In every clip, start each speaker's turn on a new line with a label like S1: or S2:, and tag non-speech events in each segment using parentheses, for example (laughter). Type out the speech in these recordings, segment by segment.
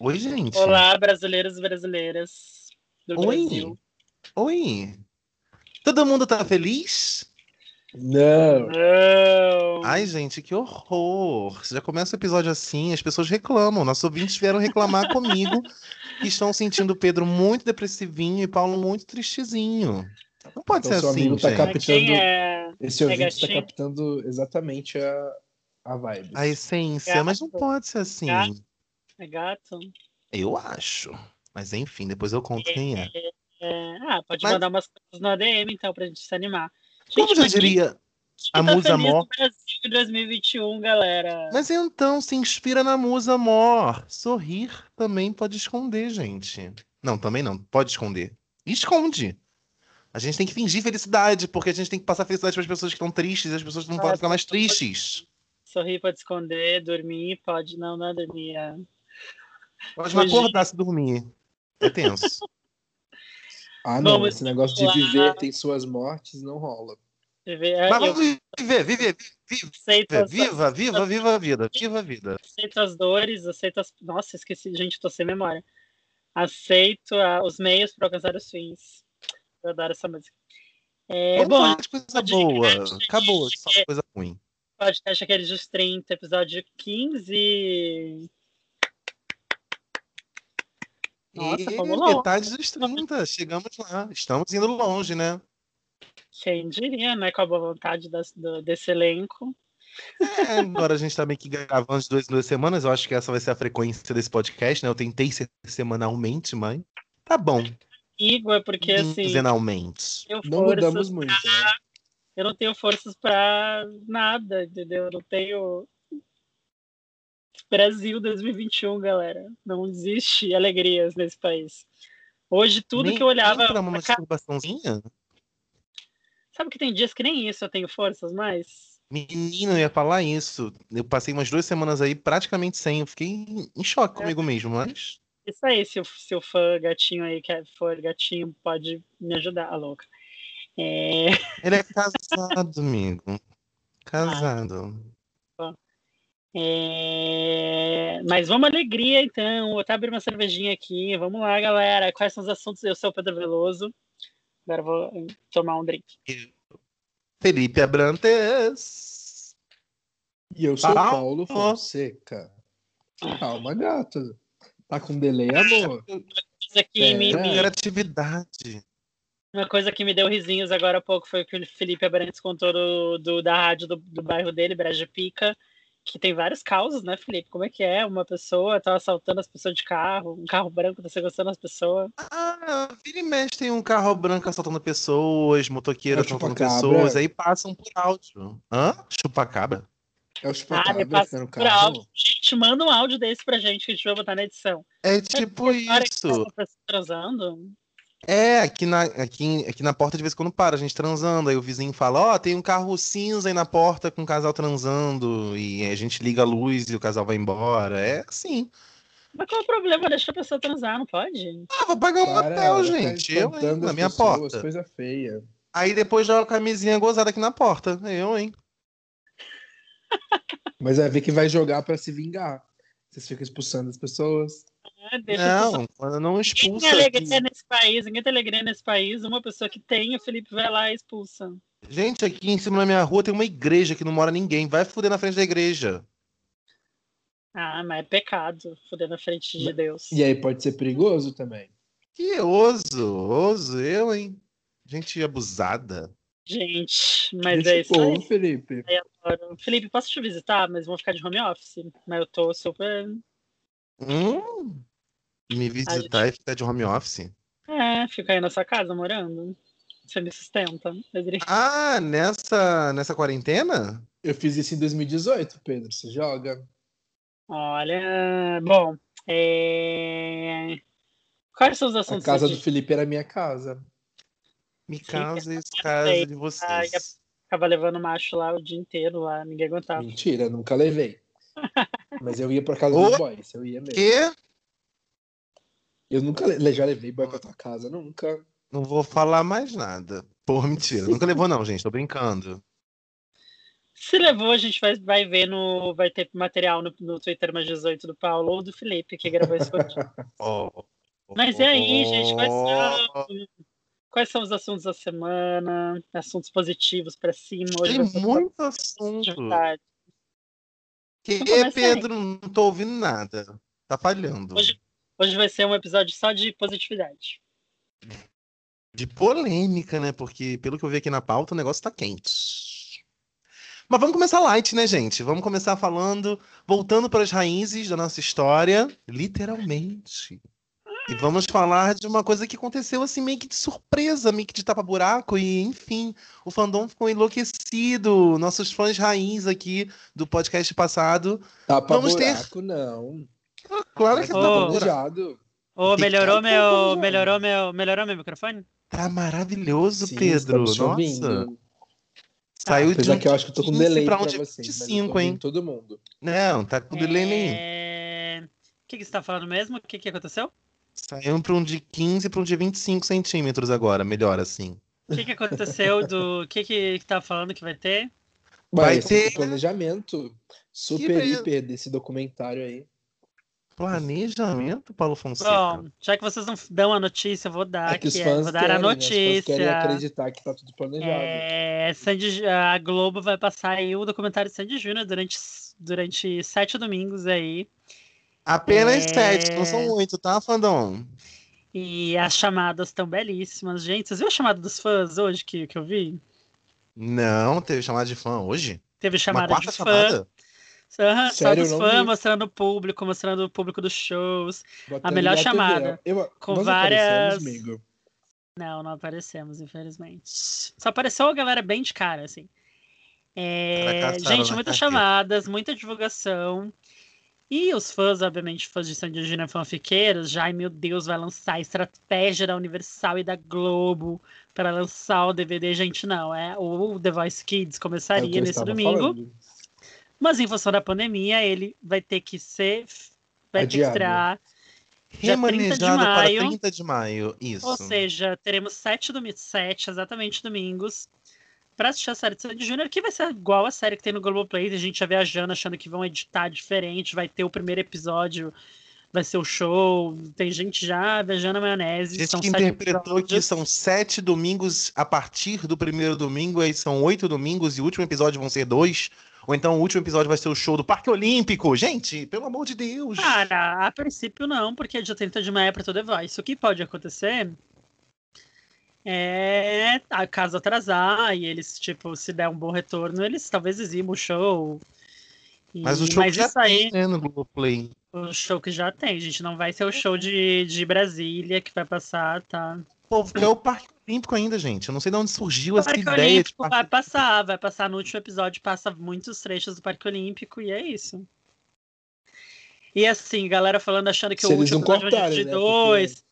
S1: Oi, gente.
S2: Olá, brasileiros e brasileiras do
S1: Oi.
S2: Brasil.
S1: Oi. Todo mundo tá feliz?
S2: Uhum.
S3: Não.
S2: Não.
S1: Ai, gente, que horror. Já começa o episódio assim, as pessoas reclamam. Nossos ouvintes vieram reclamar comigo que estão sentindo o Pedro muito depressivinho e Paulo muito tristezinho. Não pode
S3: Então,
S1: ser
S3: seu
S1: assim,
S3: amigo tá
S1: gente.
S3: cap-
S2: Mas quem é?
S3: Esse ouvinte tá
S2: gatinho.
S3: captando exatamente a, a vibe.
S1: A essência, mas não
S2: Gato.
S1: pode ser assim.
S2: Gato. É gato?
S1: Eu acho. Mas enfim, depois eu conto quem é.
S2: É, Ah, pode
S1: Mas-
S2: mandar umas coisas no ADM, então, pra gente se animar.
S1: Como
S2: Gente,
S1: já
S2: mas quem-
S1: diria
S2: quem
S1: a
S2: tá
S1: musa
S2: feliz
S1: mor?
S2: no Brasil em 2021, galera.
S1: Mas então se inspira na musa amor. Sorrir também pode esconder, gente. Não, também não. Pode esconder. Esconde. A gente tem que fingir felicidade, porque a gente tem que passar felicidade para as pessoas que estão tristes, e as pessoas não
S2: Ah,
S1: podem ficar mais
S2: sim, pode-
S1: tristes.
S2: Sorrir pode esconder, dormir pode. Não, não é dormir. é.
S1: Pode não
S2: Hoje-
S1: acordar se dormir. É tenso.
S3: Ah, não,
S2: Vamos
S3: esse negócio de
S2: lá.
S3: viver tem suas mortes não rola.
S2: Viver- (laughs) é,
S1: Mas
S2: eu
S1: vamos viver, viver, viver,
S2: aceito as-
S1: viva, viva, viva a vida, viva a vida.
S2: aceito as dores, aceito as. Nossa, esqueci, gente, tô sem memória. Aceito ah, os meios para alcançar os fins. Eu adoro essa música. É,
S1: Vamos
S2: bom,
S1: falar de coisa
S2: de
S1: boa.
S2: podcast.
S1: Acabou, só coisa ruim.
S2: podcast Aqueles dos 30, episódio 15. Nossa,
S1: e
S2: vamos lá.
S1: metade dos 30, chegamos lá. Estamos indo longe, né?
S2: Quem diria, né? Com a boa vontade das- do- desse elenco.
S1: É, agora a gente tá meio que gravando de duas em duas semanas. Eu acho que essa vai ser a frequência desse podcast, né? Eu tentei ser semanalmente, mas tá bom.
S2: Igor, porque É assim,
S1: Quinzenalmente.
S2: eu,
S3: Uhum. Não mudamos
S2: forças,
S3: muito, né?
S2: eu não tenho forças para nada, entendeu? Eu não tenho. Brasil 2021, galera. Não existe alegrias nesse país. Hoje, tudo
S1: Nem-
S2: que eu olhava.
S1: nem pra uma
S2: pra cá-
S1: masturbaçãozinha?
S2: Sabe que tem dias que nem isso eu tenho forças mais?
S1: Menina, eu ia falar isso. Eu passei umas duas semanas aí praticamente sem. Eu fiquei em- em choque
S2: É.
S1: comigo mesmo, mas.
S2: Isso aí, se o, se o fã gatinho aí quer for gatinho, pode me ajudar, a louca. É,
S1: Ele é casado, amigo. Casado.
S2: é, Mas vamos à alegria, então. Vou até abrir uma cervejinha aqui. Vamos lá, galera. Quais são os assuntos? Eu sou o Pedro Veloso. Agora eu vou tomar um drink.
S1: Felipe Abrantes.
S3: E eu sou o
S1: Ah,
S3: Paulo Fonseca. Calma, gato. Tá com delay, amor.
S2: Isso aqui
S3: É.
S2: me- me-
S1: Interatividade.
S2: Uma coisa que me deu risinhos agora há pouco foi o que o Felipe Abrantes contou do, do- da rádio do, do bairro dele, Brejo Pica, que tem vários causos, né, Felipe? Como é que é? Uma pessoa tá assaltando as pessoas de carro, um carro branco tá sequestrando as pessoas.
S1: Ah, vira e mexe, tem um carro branco assaltando pessoas, motoqueiro
S3: É o
S1: assaltando
S3: chupacabra.
S1: pessoas, aí passam por áudio. Hã? Chupacabra?
S3: É o
S2: Ah,
S3: chupacabra
S2: ele passa
S3: que tá no
S2: por áudio.
S3: carro.
S2: Gente, manda um áudio desse pra gente que a gente vai botar na edição.
S1: É tipo
S2: Na hora que
S1: isso.
S2: tá pessoa transando,
S1: É, aqui na, aqui, em- aqui na porta de vez em quando para, a gente transando, aí o vizinho fala, ó, tem um carro cinza aí na porta com um casal transando, e a gente liga a luz e o casal vai embora. É assim.
S2: mas qual é o problema? Deixa a pessoa transar, não pode?
S1: Ah, vou pagar um
S3: Para,
S1: hotel,
S3: vai ficar
S1: gente. Eu, hein,
S3: espantando
S1: na
S3: as
S1: minha
S3: pessoas,
S1: porta.
S3: Coisa feia.
S1: Aí depois joga a camisinha gozada aqui na porta. Eu, hein?
S3: Mas vai ver que vai jogar pra se vingar. Vocês ficam expulsando as pessoas.
S2: Ah, deixa a pessoa-
S1: Não, quando não
S2: Ninguém
S1: expulsa.
S2: tem alegria nesse país, ninguém tem alegria nesse país. Uma pessoa que tem, o Felipe vai lá e expulsa.
S1: Gente, aqui em cima da minha rua tem uma igreja que não mora ninguém. Vai fuder na frente da igreja.
S2: Ah, mas é pecado foder na frente de
S3: Mas-
S2: Deus.
S3: E aí pode ser perigoso também.
S1: Que oso, oso, eu, hein? Gente abusada.
S2: Gente, mas
S3: Gente
S2: é isso
S3: boa,
S2: aí.
S3: Felipe.
S2: Adoro. Felipe, posso te visitar? Mas vão ficar de home office. Mas eu tô super.
S1: Hum? Me visitar e ficar de home office?
S2: É, fica aí na sua casa morando. Você me sustenta. Adri.
S1: Ah, nessa, nessa quarentena?
S3: Eu fiz isso em 2018, Pedro. Você joga? Ah.
S2: Olha, bom. é, Quais são os
S3: A
S2: assuntos?
S3: casa do
S2: hoje?
S3: Felipe era a minha casa.
S1: Me
S2: Sim,
S1: causa esse caso de vocês.
S2: Ficava levando macho lá o dia inteiro lá, ninguém aguentava.
S3: Mentira,
S2: (laughs)
S3: nunca levei. Mas eu ia pra casa
S1: Ô,
S3: dos boys, eu ia mesmo.
S1: Que?
S3: Eu nunca le... já levei boy pra tua casa, nunca.
S1: Não vou falar mais nada. Porra, mentira. Nunca levou, não, gente. Tô brincando.
S2: Se levou, a gente vai, vai ver no. Vai ter material no, no Twitter mais 18 do Paulo ou do Felipe, que gravou
S1: (laughs)
S2: esse podcast.
S1: Oh, oh,
S2: Mas e aí, gente? Quais
S1: oh.
S2: são, quais são os assuntos da semana? Assuntos positivos pra cima. Hoje
S1: Tem
S2: vai ser
S1: muito assunto.
S2: positividade.
S1: Que,
S2: começa aí.
S1: Pedro, não tô ouvindo nada. Tá falhando.
S2: Hoje- Hoje vai ser um episódio só de positividade.
S1: De polêmica, né? Porque, pelo que eu vi aqui na pauta, o negócio tá quente. Mas vamos começar light, né, gente? Vamos começar falando, voltando para as raízes da nossa história, literalmente. E vamos falar de uma coisa que aconteceu assim, meio que de surpresa, meio que de tapa-buraco, e enfim, o fandom ficou enlouquecido. Nossos fãs raiz aqui do podcast passado.
S3: Tapa
S1: Vamos ter-
S3: Tá buraco, não. Tá
S1: Ah, Claro que
S2: Oh.
S1: é tapa-buraco.
S3: Planejado.
S2: Ô,
S1: Tem
S2: melhorou
S3: que-
S2: meu, melhorou meu. Melhorou meu microfone?
S1: Tá maravilhoso,
S3: Sim,
S1: Pedro.
S3: estamos te
S1: Nossa,
S3: ouvindo.
S1: saiu de
S3: Tá, Apesar
S1: um
S3: que eu acho que eu tô com
S1: 15
S3: delay
S1: pra
S3: pra,
S1: um
S3: vocês. mas eu tô
S1: 25, hein?
S3: ouvindo Todo mundo.
S1: Não, tá com delay nenhum.
S2: É... O que, que você tá falando mesmo? O que, que aconteceu?
S1: Saiu para um de 15 para um de 25 centímetros agora, melhor assim.
S2: O que, que aconteceu do. O que, que tá falando que vai ter?
S1: Vai
S3: Mas
S1: ter- é
S3: o um planejamento super
S1: beleza.
S3: hiper desse documentário aí.
S1: Planejamento, Paulo Fonseca.
S2: Bom, já que vocês não dão a notícia, eu vou dar.
S3: é que os
S2: aqui,
S3: fãs
S2: vou dar
S3: querem,
S2: a
S3: né? Os fãs querem
S2: notícia.
S3: acreditar que tá tudo planejado.
S2: É, Sandy, a Globo vai passar aí o documentário de Sandy Júnior durante, durante sete domingos aí.
S1: Apenas
S2: é.
S1: sete, não são oito, tá, Fandom?
S2: E as chamadas tão belíssimas. Gente, vocês viram a chamada dos fãs hoje que, que eu vi?
S1: Não, teve chamada de fã hoje?
S2: Teve
S1: Uma
S2: chamada de
S1: quarta
S2: fã.
S1: chamada?
S2: Aham, só
S3: Sério,
S2: dos
S3: eu não
S2: fãs,
S3: vi.
S2: mostrando o público, mostrando o público dos shows.
S3: Botando
S2: melhor
S3: na TV,
S2: chamada.
S3: ó. Eu-
S2: Com
S3: nós
S2: várias-
S3: aparecemos, amigo.
S2: Não, não aparecemos, infelizmente. Só apareceu a galera bem de cara, assim. É,
S1: Fracassaram
S2: Gente,
S1: na
S2: muitas
S1: carreira.
S2: chamadas, muita divulgação. E os fãs, obviamente, fãs de Sandy Júnior fanfiqueiros, já, ai meu Deus, vai lançar a estratégia da Universal e da Globo para lançar o DVD. Gente, não, é o The Voice Kids
S3: É o que
S2: começaria
S3: eu
S2: nesse
S3: estava
S2: domingo.
S3: falando.
S2: Mas em função da pandemia, ele vai ter que ser. Vai ter que
S3: Adiado.
S2: estrear. Dia 30 de
S1: Remanejado para
S2: maio.
S1: 30 de maio, isso.
S2: Ou seja, teremos sete, domi sete exatamente domingos pra assistir a série de Sandy Júnior, que vai ser igual a série que tem no Globoplay. A gente já viajando, achando que vão editar diferente, vai ter o primeiro episódio, vai ser o show. Tem gente já viajando a maionese.
S1: Gente
S2: são
S1: que
S2: sete
S1: interpretou que
S2: episódios.
S1: são sete domingos a partir do primeiro domingo, aí são oito domingos e o último episódio vão ser dois. Ou então o último episódio vai ser o show do Parque Olímpico. Gente, pelo amor de Deus.
S2: Cara, a princípio não, porque dia 30 de maio é pra todo device. O que pode acontecer é, a- caso atrasar e eles, tipo, se der um bom retorno, eles talvez exibam o show. E-
S1: Mas o show
S2: mas
S1: já
S2: isso aí,
S1: tem, né, no Globoplay.
S2: o show que já tem, gente, não vai ser o show de, de Brasília que vai passar, tá?
S1: Pô, porque é o Parque Olímpico ainda, gente. Eu não sei de onde surgiu
S2: O
S1: essa
S2: Parque
S1: ideia. de
S2: Olímpico vai passar, vai passar no último episódio, passa muitos trechos do Parque Olímpico e é isso. E assim, galera falando, achando que
S3: Se
S2: o
S3: eles
S2: último
S3: não
S2: episódio vai
S3: cortarem,
S2: dividir
S3: né?
S2: dois.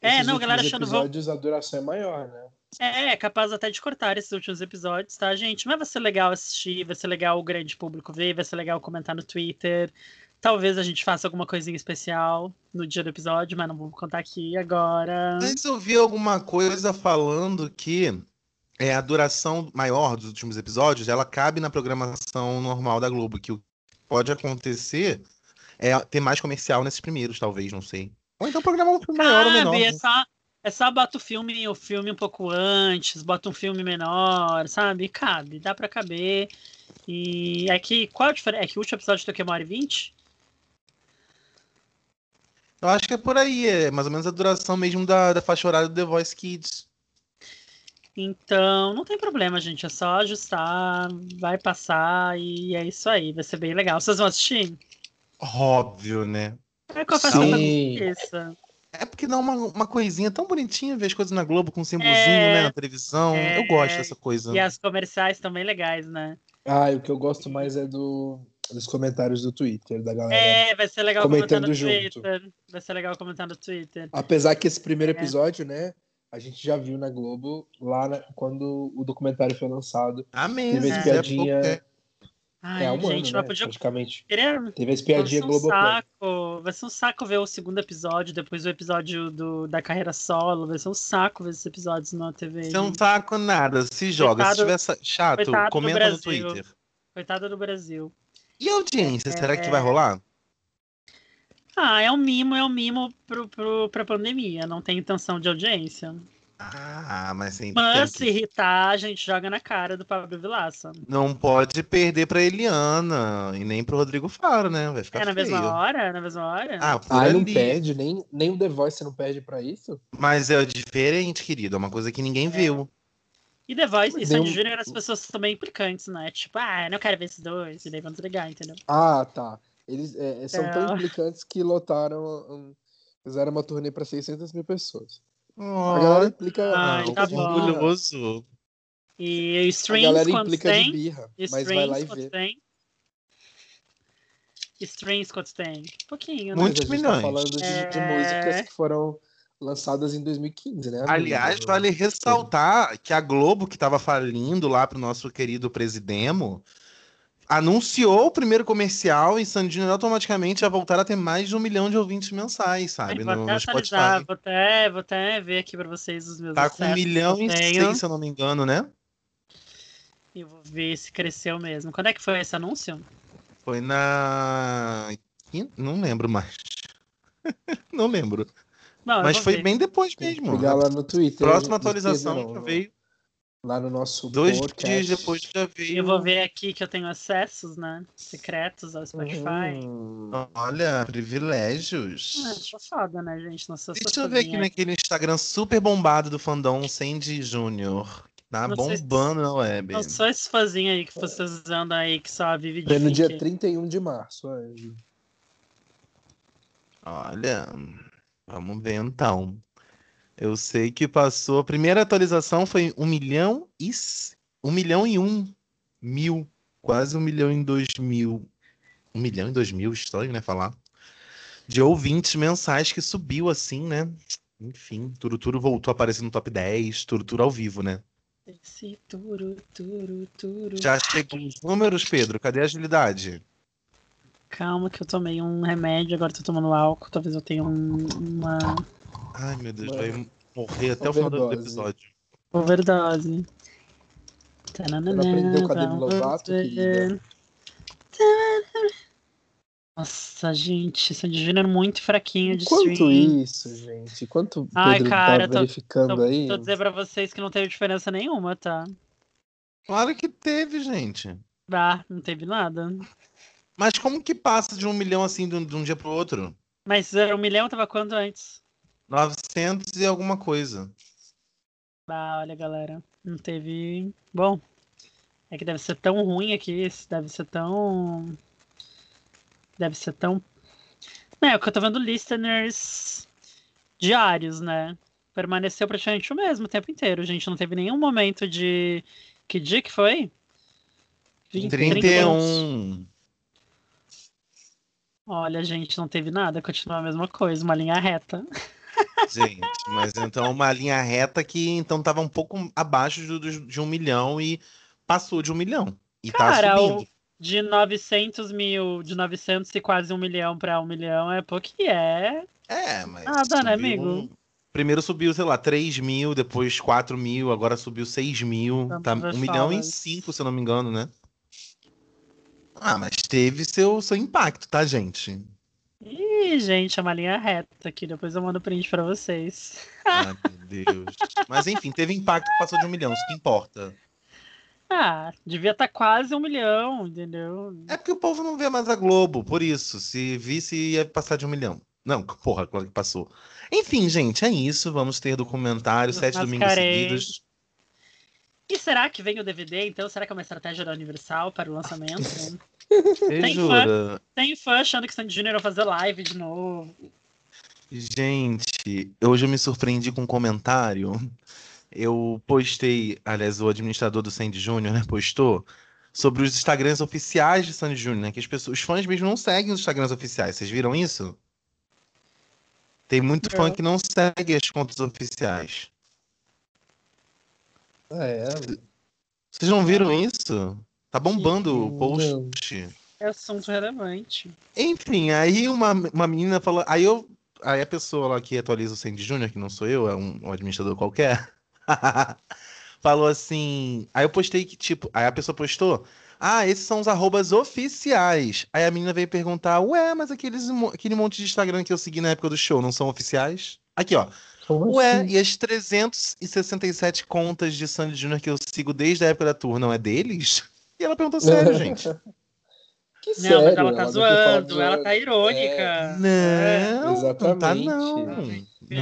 S2: É,
S3: Esses
S2: não, galera
S3: últimos
S2: achando bom.
S3: episódios, a duração é maior, né?
S2: É, é capaz até de cortar esses últimos episódios, tá, gente? Mas vai ser legal assistir, vai ser legal o grande público ver, vai ser legal comentar no Twitter. Talvez a gente faça alguma coisinha especial no dia do episódio, mas não vou contar aqui agora.
S1: Antes eu vi alguma coisa falando que é, a duração maior dos últimos episódios, ela cabe na programação normal da Globo, que o que pode acontecer é ter mais comercial nesses primeiros, talvez, não sei. Ou então programar um filme maior ou
S2: Sabe,
S1: menor.
S2: é
S1: né?
S2: só, é só bota o filme, o filme um pouco antes, bota um filme menor, sabe? Cabe, dá pra caber. E é que qual a diferença? É que o último episódio do que é uma hora e vinte?
S1: Eu acho que é por aí, é mais ou menos a duração mesmo da, da faixa horária do The Voice Kids.
S2: Então, não tem problema, gente. É só ajustar, vai passar e é isso aí. Vai ser bem legal. Vocês vão assistir?
S1: Óbvio, né?
S2: É que eu faço
S1: Sim.
S2: isso.
S1: É porque dá uma, uma coisinha tão bonitinha ver as coisas na Globo com um símbolozinho,
S2: É.
S1: né? Na televisão.
S2: É.
S1: Eu gosto dessa coisa.
S2: E as comerciais estão bem legais, né?
S3: Ah, e o que eu gosto mais é do, dos comentários do Twitter, da galera.
S2: É, vai ser legal comentar
S3: Comentando
S2: no
S3: junto.
S2: Twitter. Vai ser legal comentar no Twitter.
S3: Apesar que esse primeiro
S2: É.
S3: episódio, né? A gente já viu na Globo, lá na- quando o documentário foi lançado.
S1: Amém.
S3: Teve
S1: mesmo.
S3: essa
S2: É.
S3: piadinha.
S2: Ai,
S3: É, um ano,
S2: gente,
S3: né,
S2: mas podia.
S3: praticamente.
S2: Queria
S3: Teve essa
S2: Vai ser
S3: piadinha
S2: um
S3: Globoplay.
S2: saco. Vai ser um saco ver o segundo episódio, depois o episódio do, da carreira solo. Vai ser um saco ver esses episódios na TV.
S1: Você não
S2: gente.
S1: tá com nada, se joga.
S2: Uhum. Coitado-
S1: se tiver sa- chato,
S2: coitado do
S1: comenta no
S2: Brasil.
S1: Twitter.
S2: Coitada do Brasil.
S1: E a audiência, será que vai
S2: É.
S1: rolar?
S2: Ah, é um mimo, é um mimo pro, pro, pra pandemia. Não tem intenção de audiência.
S1: Ah, mas tem,
S2: Mas assim,
S1: tem
S2: se
S1: que...
S2: irritar, a gente joga na cara do Pablo Vilaça.
S1: Não pode perder pra Eliana e nem pro Rodrigo Faro, né? Vai ficar
S2: É na
S1: feio.
S2: mesma hora? Na mesma hora?
S1: Ah, por
S3: Tá Ah, não
S1: ali.
S3: perde, nem, nem o The Voice não perde pra isso?
S1: Mas é diferente, querido. É uma coisa que ninguém viu.
S2: E The Voice e
S3: Mas
S2: Sandy
S3: eu-
S2: Júnior, as pessoas são bem implicantes, né? Tipo, ah, eu não quero ver esses dois, e daí vão desligar, entendeu?
S3: Ah, tá. Eles é, são
S2: Não.
S3: tão implicantes que lotaram, um, fizeram uma turnê pra 600 mil pessoas. A galera implica,
S2: Ai,
S3: implica
S2: tá
S3: de
S2: bom.
S3: birra.
S1: orgulhoso.
S2: E
S3: A
S2: streams
S3: galera
S2: quando
S3: implica de
S2: tem.
S3: birra, mas vai lá
S2: Strings
S3: e
S2: quanto
S3: vê.
S2: tem? Strings quanto tem? Pouquinho, né?
S1: Muito.
S3: Mas a gente
S1: milhões.
S3: tá falando de, de
S2: É.
S3: músicas que foram lançadas em 2015, né? amigo?
S1: Aliás, vale ressaltar que a Globo, que estava falindo lá pro nosso querido presidemo, anunciou o primeiro comercial e Sandino automaticamente já voltaram a ter mais de um milhão de ouvintes mensais, sabe?
S2: vou
S1: No,
S2: até
S1: no
S2: atualizar,
S1: Spotify.
S2: vou até, vou até ver aqui pra vocês os meus
S1: Tá com um
S2: acessos
S1: milhão
S2: que eu
S1: e
S2: tenho.
S1: seis, se eu não me engano, né?
S2: E eu vou ver se cresceu mesmo. Quando é que foi esse anúncio?
S1: Foi na. quinta- Não lembro mais. (laughs) não lembro.
S2: Não, eu
S1: Mas
S2: Ah, vou
S1: foi
S2: ver.
S1: bem depois
S3: Tem que
S1: mesmo.
S3: Pegar lá no Twitter.
S1: Próxima
S3: no Twitter,
S1: atualização
S3: não,
S1: já
S3: no-
S1: veio.
S3: Lá no nosso
S1: Dois
S3: podcast.
S1: dias depois já veio.
S2: Eu vou ver aqui que eu tenho acessos, né? Secretos ao
S1: Uhum.
S2: Spotify.
S3: Hum.
S1: Olha, privilégios.
S2: Ah, sou foda, né, gente? Não sou
S1: Deixa eu ver aqui naquele Instagram super bombado do fandom Sandy Júnior. que Tá
S2: Não sei se-
S1: bombando na web.
S2: Não sou esse fãzinho aí que vocês usando aí, que só vive de
S3: Foi É no dia
S2: fique.
S3: 31 de março. é, Anjo.
S1: Olha, vamos ver então. Eu sei que passou. A primeira atualização foi 1 milhão e 1 milhão e 1 mil. Quase 1 milhão e 2 mil. 1 milhão e 2 mil, estranho, né? Falar. De ouvintes mensais que subiu assim, né? Enfim, Turuturo voltou a aparecer no top 10. Turuturo ao vivo, né?
S2: Esse turu, turu, turu.
S1: Já chegou os números, Pedro. Cadê a agilidade?
S2: Calma que eu tomei um remédio, agora tô tomando álcool, talvez eu tenha um- uma
S1: Ai, meu Deus,
S3: Mano.
S1: vai morrer até o final do
S3: Overdose.
S1: episódio.
S2: overdose.
S3: Ela aprendeu com a Demi
S2: Tananana, tá.
S3: Lovato,
S2: vamos ver.
S3: querida.
S2: Nossa, gente, essa divina é muito fraquinha de
S3: Enquanto
S2: stream.
S3: isso, gente, enquanto o
S2: Ai,
S3: Pedro
S2: cara,
S3: tá
S2: tô-
S3: verificando
S2: Tô,
S3: aí,
S2: tô dizendo pra vocês que não teve diferença nenhuma, tá?
S1: Claro que teve, gente.
S2: Ah, não teve nada.
S1: Mas como que passa de um milhão assim de um, de um dia pro outro?
S2: Mas era um milhão tava quanto antes?
S1: 900 e alguma coisa.
S2: Ah, olha, galera. Não teve. Bom. É que deve ser tão ruim aqui, isso deve ser tão. Deve ser tão. Não, é o que eu tô vendo listeners diários, né? Permaneceu praticamente o mesmo o tempo inteiro, gente. Não teve nenhum momento de. Que dia que foi? 20,
S1: 31.
S2: Olha, gente, não teve nada, continua a mesma coisa, uma linha reta.
S1: Gente, mas então uma linha reta que então tava um pouco abaixo do- do- de um milhão e passou de um milhão. E tá
S2: Cara, o-
S1: subindo.
S2: De 900 mil, de 900 e quase um milhão pra um milhão é pouco que é.
S1: É, mas.
S2: Nada,
S1: subiu
S2: né, amigo?
S1: um- Primeiro subiu, sei lá, 3 mil, depois 4 mil, agora subiu 6 mil.
S2: Tantas
S1: Tá
S2: as
S1: 1 milhão e
S2: falas.
S1: 5, se eu não me engano, né? Ah, mas teve seu, seu impacto, tá,
S2: (laughs)
S1: gente?
S2: Ih, gente, é uma linha reta aqui, depois eu mando print pra vocês.
S1: Ai, meu Deus. Mas enfim, teve impacto que passou de um milhão, isso que importa.
S2: Ah, devia estar quase um milhão, entendeu?
S1: É porque o povo não vê mais a Globo, por isso. Se visse, ia passar de um milhão. Não, (laughs) porra, claro que passou. Enfim, gente, é isso. Vamos ter documentário, sete domingos
S2: Mascarei.
S1: seguidos.
S2: E será que vem o DVD, então? Será que é uma estratégia da Universal para o lançamento?
S1: Você
S2: Tem fã.
S1: jura?
S2: Tem fã achando que Sandy Júnior vai fazer live de novo.
S1: Gente, hoje eu me surpreendi com um comentário. Eu postei, aliás, o administrador do Sandy Júnior, né, postou sobre os Instagrams oficiais de Sandy Júnior, né, que as pessoas, os fãs mesmo não seguem os Instagrams oficiais. Vocês viram isso? Tem muito fã
S2: Não.
S1: que não segue as contas oficiais.
S3: Ah, é,
S1: Vocês não viram isso? Tá bombando o
S3: Não.
S1: post.
S2: É assunto relevante.
S1: Enfim, aí uma, uma menina falou. Aí eu. Aí a pessoa lá que atualiza o Sandy Júnior, que não sou eu, é um, um administrador qualquer, (laughs) falou assim. Aí eu postei que, tipo, aí a pessoa postou. Ah, esses são os arrobas oficiais. Aí a menina veio perguntar: Ué, mas aqueles, mo- aquele monte de Instagram que eu segui na época do show não são oficiais? Aqui, ó.
S3: Como
S1: Ué,
S3: assim?
S1: e as 367 contas de Sandy Júnior que eu sigo desde a época da tour, não é deles? E ela perguntou
S3: É. (laughs)
S1: sério, gente.
S3: Que
S2: Não, mas ela
S3: sério,
S2: tá
S3: deve ter falado
S2: zoando, ela tá irônica. É,
S1: Não, não tá
S3: exatamente.
S1: não. Não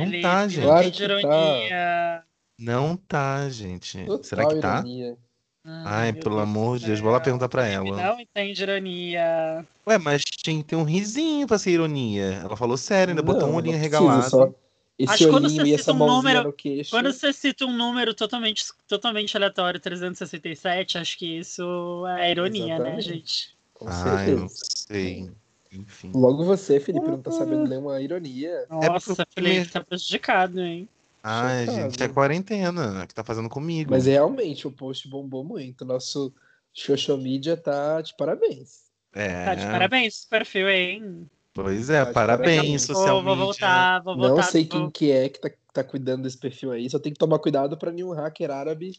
S2: Felipe,
S1: tá,
S2: um
S1: gente.
S3: Claro
S2: pouco de
S3: que tá.
S2: ironia.
S1: Não tá, gente.
S3: Total
S1: Será que tá?
S3: ironia.
S1: Ai,
S2: Ah, meu
S1: pelo
S2: Deus
S1: amor
S2: do
S1: de Deus,
S2: céu.
S1: vou lá perguntar pra
S2: Felipe
S1: ela.
S2: Não entende ironia.
S1: Ué, mas tinha que ter um risinho pra ser ironia. Ela falou sério, ainda botou
S3: Não,
S1: um olhinho
S3: não precisa,
S1: regalado.
S3: só Esse
S2: Acho que quando
S3: olhinho
S2: você
S3: e essa
S2: cita um
S3: mãozinha
S2: número-
S3: no queixo.
S2: Quando você cita um número totalmente, totalmente aleatório, 367, acho que isso é ironia, né,
S3: Exatamente.
S2: gente?
S1: Ah,
S3: Com
S1: Ai,
S3: certeza.
S1: não sei. Enfim.
S3: Logo você, Felipe, não tá
S2: Uhum.
S3: sabendo nenhuma ironia.
S1: É porque o
S2: Nossa, Felipe,
S1: primeiro-
S2: tá prejudicado, hein?
S1: Ai,
S3: Chocado.
S1: gente, é quarentena é o que tá fazendo comigo.
S3: Mas é- realmente, o post bombou muito. Nosso social media tá de parabéns.
S1: É,
S2: Tá de parabéns esse perfil, hein?
S1: pois é,
S3: Tá de
S1: parabéns,
S3: parabéns.
S1: social
S2: vou, vou
S1: media.
S2: voltar, vou
S3: Não
S2: voltar.
S3: sei
S2: vou-
S3: quem que é que tá, tá cuidando desse perfil aí. Só tem que tomar cuidado pra nenhum hacker árabe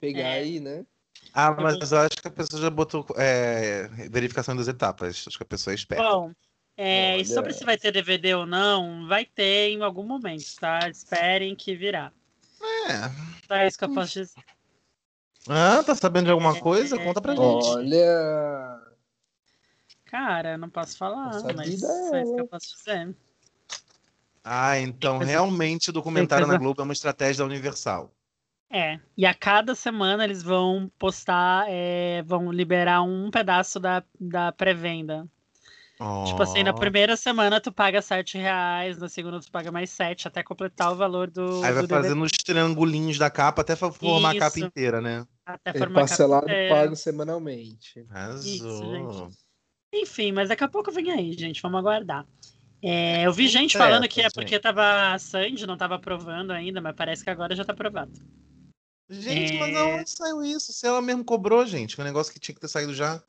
S3: pegar
S2: É.
S3: aí, né?
S1: Ah, mas eu acho que a pessoa já botou é, verificação em duas etapas. Acho que a pessoa é esperta.
S2: Bom, é, e
S3: Olha.
S2: sobre se vai ter DVD ou não, vai ter em algum momento, tá? Esperem que virá.
S1: É.
S2: Só isso que eu posso dizer.
S1: Ah, tá sabendo de alguma coisa? Conta
S2: É.
S1: pra gente.
S3: Olha!
S2: Cara, eu não posso falar,
S3: Nossa
S2: mas
S3: vida
S2: só
S3: é
S2: isso que eu posso dizer.
S1: Ah, então
S2: Tem coisa-
S1: realmente o documentário
S2: coisa-
S1: na Globo é uma estratégia da Universal.
S2: É, e a cada semana eles vão postar, é, vão liberar um pedaço da, da pré-venda. Tipo assim, na
S1: Ó.
S2: primeira semana tu paga R$ 7 reais, na segunda tu paga mais 7, até completar o valor do,
S1: Aí vai
S2: do DVD,
S1: fazendo os triangulinhos da capa até fa- formar a capa
S2: Isso.
S1: inteira, né?
S2: até
S3: É
S2: formar a
S3: parcelado
S2: capa inteira.
S3: pago semanalmente.
S1: Arrasou.
S2: É, Enfim, mas daqui a pouco vem aí, gente. Vamos aguardar. É, eu vi gente
S1: Certo,
S2: falando que é
S1: gente.
S2: porque tava a Sandy, não tava aprovando ainda, mas parece que agora já tá aprovado.
S1: Gente,
S2: É.
S1: mas aonde saiu isso? Se ela mesmo cobrou, gente, que é um negócio que tinha que ter saído já.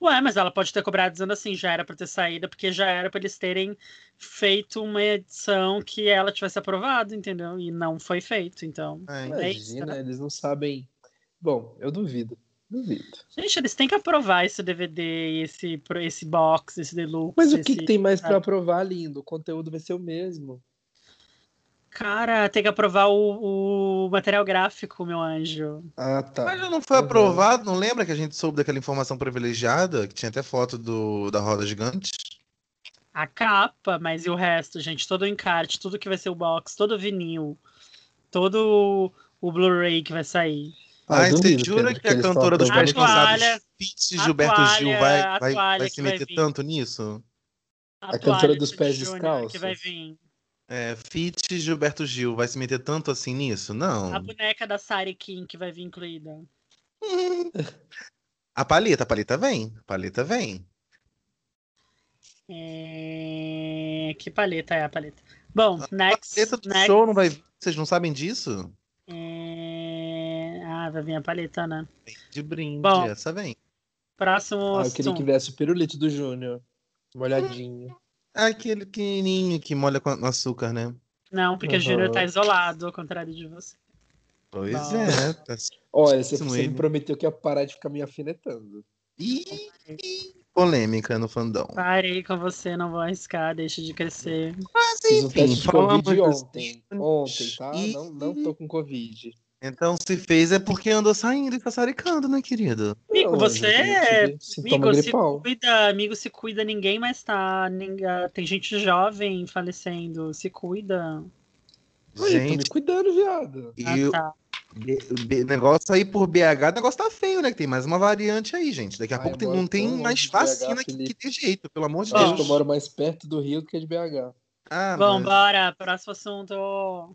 S2: Ué, mas ela pode ter cobrado dizendo assim, já era pra ter saído, porque já era pra eles terem feito uma edição que ela tivesse aprovado, entendeu? E não foi feito, então.
S1: É,
S2: É
S3: Imagina, eles não sabem. Bom, eu duvido. Duvido.
S2: Gente, eles têm que aprovar esse DVD, esse, pro- esse box, esse deluxe.
S3: Mas o que,
S2: esse...
S3: que tem mais pra
S2: sabe?
S3: aprovar, lindo? O conteúdo vai ser o mesmo.
S2: Cara, tem que aprovar o, o material gráfico, meu anjo.
S3: Ah, tá.
S1: Mas já não foi
S3: Uhum.
S1: aprovado, não lembra que a gente soube daquela informação privilegiada? Que tinha até foto do, da roda gigante?
S2: A capa, mas e o resto, gente? Todo o encarte, tudo que vai ser o box, todo o vinil, todo o Blu-ray que vai sair.
S1: Ai, você
S3: Ah, duvido,
S1: jura
S3: Pedro,
S1: que a
S3: eles
S1: cantora dos
S3: tão aprovando.
S1: Pés
S2: Pés
S1: Cansados,
S2: Cansados- toalha,
S1: Fitz
S2: a
S1: Gilberto Gil,
S2: toalha-
S1: vai,
S2: a
S1: vai,
S2: toalha
S1: vai se
S2: que vai
S1: meter
S2: vir.
S1: tanto nisso?
S3: A cantora dos
S2: toalha
S3: pés
S2: Júnior
S3: descalços?
S2: Que vai vir.
S1: É, Fitz Gilberto Gil, vai se meter tanto assim nisso? Não.
S2: A boneca da Sari Kim que vai vir incluída.
S1: A paleta, a paleta vem. A paleta vem.
S2: É, Que paleta é a paleta? Bom, next.
S1: Paleta do
S2: next.
S1: show não vai vir. Vocês não sabem disso?
S2: É, Ah, vai vir a paleta, né?
S1: Vem De brinde,
S2: Bom.
S1: essa vem.
S2: Próximo
S3: Ah, eu queria que
S2: assunto.
S3: viesse o pirulito do Júnior. Molhadinho.
S1: Aquele pequenininho que molha com no açúcar, né?
S2: Não, porque o
S3: Uhum.
S2: Júnior tá isolado, ao contrário de você.
S1: Pois
S2: Não.
S1: é. Tá...
S3: Olha, você,
S1: Sim,
S3: você me
S1: ele.
S3: prometeu que ia parar de ficar me afinetando.
S1: Ih, polêmica no fandom.
S2: Parei com você, não vou arriscar, deixa de crescer.
S1: Mas
S3: Fiz um
S1: enfim,
S3: teste de Covid
S1: falamos.
S3: ontem. Ontem, tá?
S1: E-
S3: Não, não tô com Covid.
S1: Então, se fez é porque andou saindo e caçaricando, né, querido?
S2: Amigo,
S3: Não,
S2: você
S3: eu tive Sintoma
S2: Amigo, se
S3: gripal.
S2: cuida, amigo, se cuida, ninguém mais tá. nin- ah, Tem gente jovem falecendo, se cuida.
S3: Ih, tô me cuidando, viado.
S1: E
S2: Ah,
S1: o
S2: tá.
S1: B- B- negócio aí por BH, o negócio tá feio, né? Que tem mais uma variante aí, gente. Daqui a
S3: Ai,
S1: pouco
S3: eu
S1: tem-
S3: moro
S1: não tem
S3: tão longe
S1: mais
S3: de BH,
S1: vacina que,
S3: Felipe. um
S1: que dê jeito, pelo amor de
S2: Bom.
S3: Acho que eu
S1: Deus.
S3: moro mais perto do Rio do que de BH.
S1: Ah,
S2: Bom,
S1: mas-
S2: bora, próximo assunto.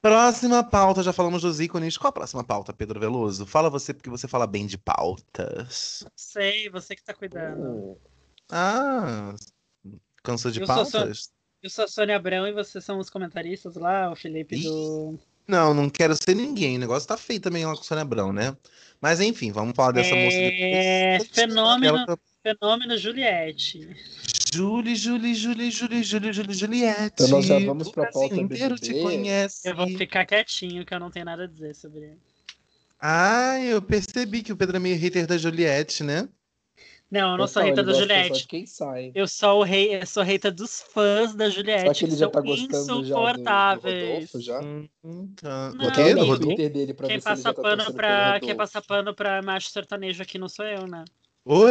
S1: Próxima pauta, já falamos dos ícones. Qual a próxima pauta, Pedro Veloso? Fala você, porque você fala bem de pautas.
S2: Não Sei, você que tá cuidando.
S3: Hum.
S1: Ah, cansou de
S2: Eu sou só-
S1: pautas?
S2: Eu sou a Sônia Abrão e vocês são os comentaristas lá, o Felipe do.
S1: Não, não quero ser ninguém. O negócio tá feio também lá com o Sônia Abrão, né? Mas enfim, vamos falar dessa moça.
S2: É,
S1: depois.
S2: fenômeno.
S1: Ela tá-
S2: Fenômeno Juliette.
S1: Julie, Julie, Julie, Julie, Julie, Julie, Juliette.
S3: Então nós já vamos
S1: o
S3: pra
S1: Brasil
S3: pauta
S1: inteiro
S3: BBB.
S1: te conhece.
S2: Eu vou ficar quietinho, que eu não tenho nada a dizer sobre.
S1: Ah, eu percebi que o Pedro é meio hater da Juliette, né?
S2: Não, eu não sou
S3: Total,
S2: hater
S3: ele
S2: da
S3: gosta só
S2: Juliette.
S3: de quem sai.
S2: Eu sou o rei, eu sou hater dos fãs da Juliette.
S3: Será que ele já
S2: são
S3: tá gostando já do, do
S2: insuportáveis.
S3: Rodolfo já?
S1: Hum, Então...
S2: Não,
S1: O
S3: Botar
S1: quê? Do
S3: olhar
S2: amigo.
S3: o
S1: Rodolfo?
S3: Twitter dele pra
S2: Quem
S3: ver se ele já
S2: passa,
S3: tá
S2: pano
S3: torcendo pelo
S2: pra,
S3: Rodolfo.
S2: quem passa pano pra macho sertanejo aqui não sou eu, né?
S1: Oi!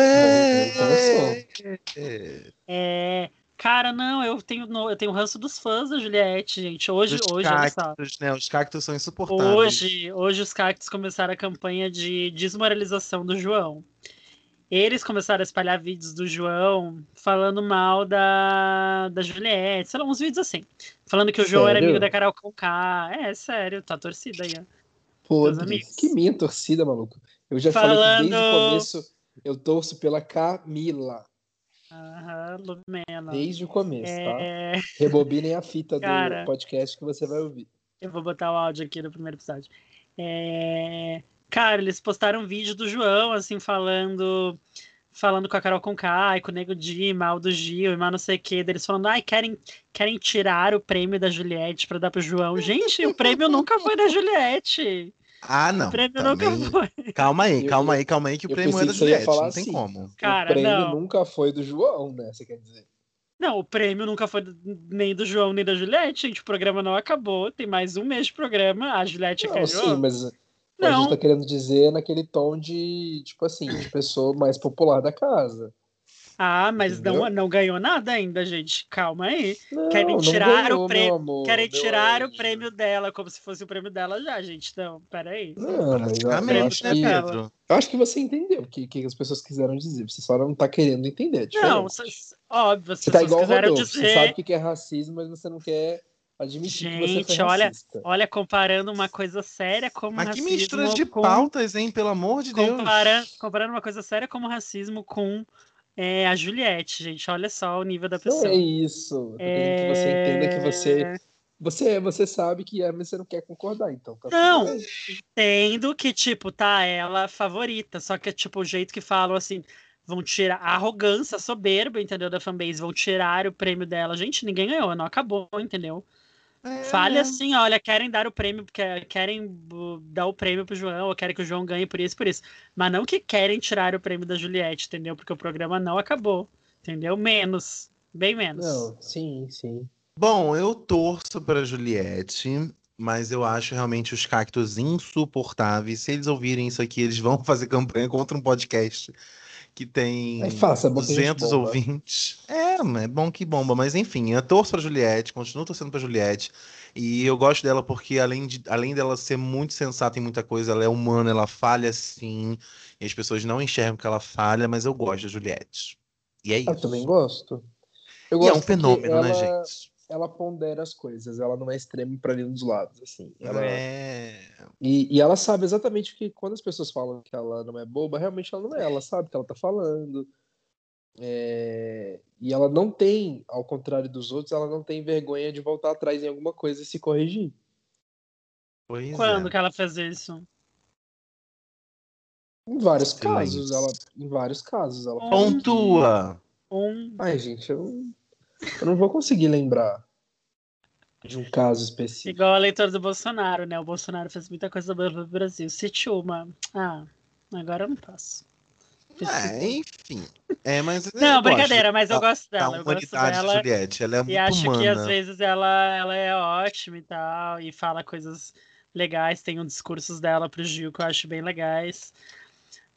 S2: É, cara, não, eu tenho, no- eu tenho ranço dos fãs da Juliette, gente. Hoje,
S1: Dos
S2: hoje, olha só.
S1: cactos, né? Os cactos são insuportáveis.
S2: Hoje, hoje os cactos começaram a campanha de desmoralização do João. Eles começaram a espalhar vídeos do João falando mal da, da Juliette, sei lá, uns vídeos assim. Falando que o João era
S3: Sério?
S2: amigo da Carol Conká. É, sério, tá torcida aí. ó. meus
S3: Podre.
S2: amigos.
S3: Que minha torcida, maluco. Eu já falei que desde o
S2: Falando-
S3: começo eu torço pela Camila.
S2: Aham, Lumena.
S3: Desde o começo, tá?
S2: É,
S3: Rebobinem a fita
S2: Cara.
S3: do podcast que você vai ouvir.
S2: Eu vou botar o áudio aqui do primeiro episódio. É, Cara, eles postaram um vídeo do João, assim, falando falando com a Carol Conká, e com o Nego Di, mal do Gil, e mal não sei o quê. daí Eles falando, ai, querem, querem tirar o prêmio da Juliette pra dar pro João. Gente, o prêmio nunca foi da Juliette.
S1: Ah,
S2: O
S1: não.
S2: prêmio
S1: Também...
S2: nunca foi.
S1: Calma aí,
S3: Eu-
S1: calma aí, calma aí, que o
S3: eu
S1: prêmio
S3: pensei
S1: é da
S3: que você ia
S1: Juliette.
S3: falar
S1: Não tem
S3: assim.
S1: como.
S2: Cara,
S3: o prêmio
S2: não.
S3: nunca foi do João, né? Você quer dizer?
S2: Não, o prêmio nunca foi do- nem do João nem da Juliette, gente. O programa não acabou, tem mais um mês de programa. A Juliette
S3: Não,
S2: quer
S3: sim,
S2: João.
S3: mas a gente
S2: Não,
S3: tá querendo dizer naquele tom de, tipo assim, de pessoa mais popular da casa.
S2: ah, mas não,
S3: Entendeu?
S2: não ganhou nada ainda, gente. Calma aí.
S3: Não,
S2: Querem tirar
S3: não ganhou,
S2: o prêmio-
S3: meu amor,
S2: Querem
S3: meu
S2: tirar
S3: anjo.
S2: o prêmio dela, como se fosse o prêmio dela já, gente. Não, peraí.
S3: Não, mas eu- eu,
S1: Praticamente,
S3: acho
S1: né,
S3: que,
S1: Pedro?
S3: eu acho que você entendeu o que, que as pessoas quiseram dizer. Você só não tá querendo entender. é diferente.
S2: Não, s- óbvio, as
S3: Você tá
S2: pessoas
S3: igual o
S2: quiseram
S3: Rodolfo.
S2: dizer.
S3: Você sabe o que que é racismo, mas você não quer admitir que você
S2: Gente,
S3: foi
S2: olha-
S3: racista.
S2: Olha, comparando uma coisa séria como
S1: Mas que
S2: racismo.
S1: mistura de
S2: com-
S1: pautas, hein? Pelo amor de Deus.
S2: compara- Comparando uma coisa séria como racismo com é, a Juliette, gente. Olha só o nível da
S3: Não
S2: pessoa.
S3: é isso. Eu tô querendo que você
S2: É.
S3: entenda que você, você, você sabe que é, mas você não quer concordar, então. tá tudo
S2: Não.
S3: bem.
S2: Tendo que, tipo, tá ela favorita. Só que, tipo, o jeito que falam assim. Vão tirar a arrogância, a soberba, entendeu? Da fanbase, vão tirar o prêmio dela. Gente, ninguém ganhou, não acabou, entendeu?
S1: É,
S2: Fale
S1: né?
S2: assim, olha, querem dar o prêmio, que- querem bu- dar o prêmio pro João, ou querem que o João ganhe por isso, por isso. Mas não que querem tirar o prêmio da Juliette, entendeu? Porque o programa não acabou, entendeu? Menos, bem menos.
S3: Não, sim, sim.
S1: Bom, eu torço pra Juliette, mas eu acho realmente os cactos insuportáveis. Se eles ouvirem isso aqui, eles vão (laughs) fazer campanha contra um podcast que tem
S3: Aí faça, é bom que a gente
S1: 200
S3: bomba.
S1: Hum, ouvintes. É, mas é bom que bomba, mas enfim, eu torço pra Juliette, continuo torcendo pra Juliette. E eu gosto dela porque, além, de, além dela ser muito sensata em muita coisa, ela é humana, ela falha sim, e as pessoas não enxergam que ela falha, mas eu gosto da Juliette. E é isso.
S3: Eu também gosto. Eu
S1: E é
S3: gosto
S1: um
S3: porque
S1: fenômeno,
S3: ela,
S1: né, gente?
S3: Ela pondera as coisas, ela não é extrema para nenhum dos lados, assim. Ela-
S1: É.
S3: E, e ela sabe exatamente que quando as pessoas falam que ela não é boba, realmente ela não é, ela sabe o que ela tá falando. É, E ela não tem, ao contrário dos outros, ela não tem vergonha de voltar atrás em alguma coisa e se corrigir.
S1: Pois é.
S2: Quando que ela fez isso?
S3: Em vários
S1: Excelente.
S3: casos, ela. Em vários casos,
S1: É.
S3: ela.
S1: Pontua.
S2: Um,
S3: Ai, gente, eu, eu não vou conseguir lembrar de um caso específico.
S2: igual a leitora do Bolsonaro, né? O Bolsonaro fez muita coisa boa pro Brasil. Cite uma. Ah, agora eu não posso.
S1: É, enfim. É, mas
S2: Não,
S1: eu
S2: brincadeira, mas eu
S1: da-
S2: gosto
S1: gosto
S2: dela.
S1: da
S2: Eu gosto
S1: humanidade
S2: dela.
S1: da Juliette. Ela é
S2: E
S1: muito
S2: acho que às
S1: humana.
S2: vezes ela, ela é ótima e tal, e fala coisas legais, tem uns discursos dela pro Gil que eu acho bem legais.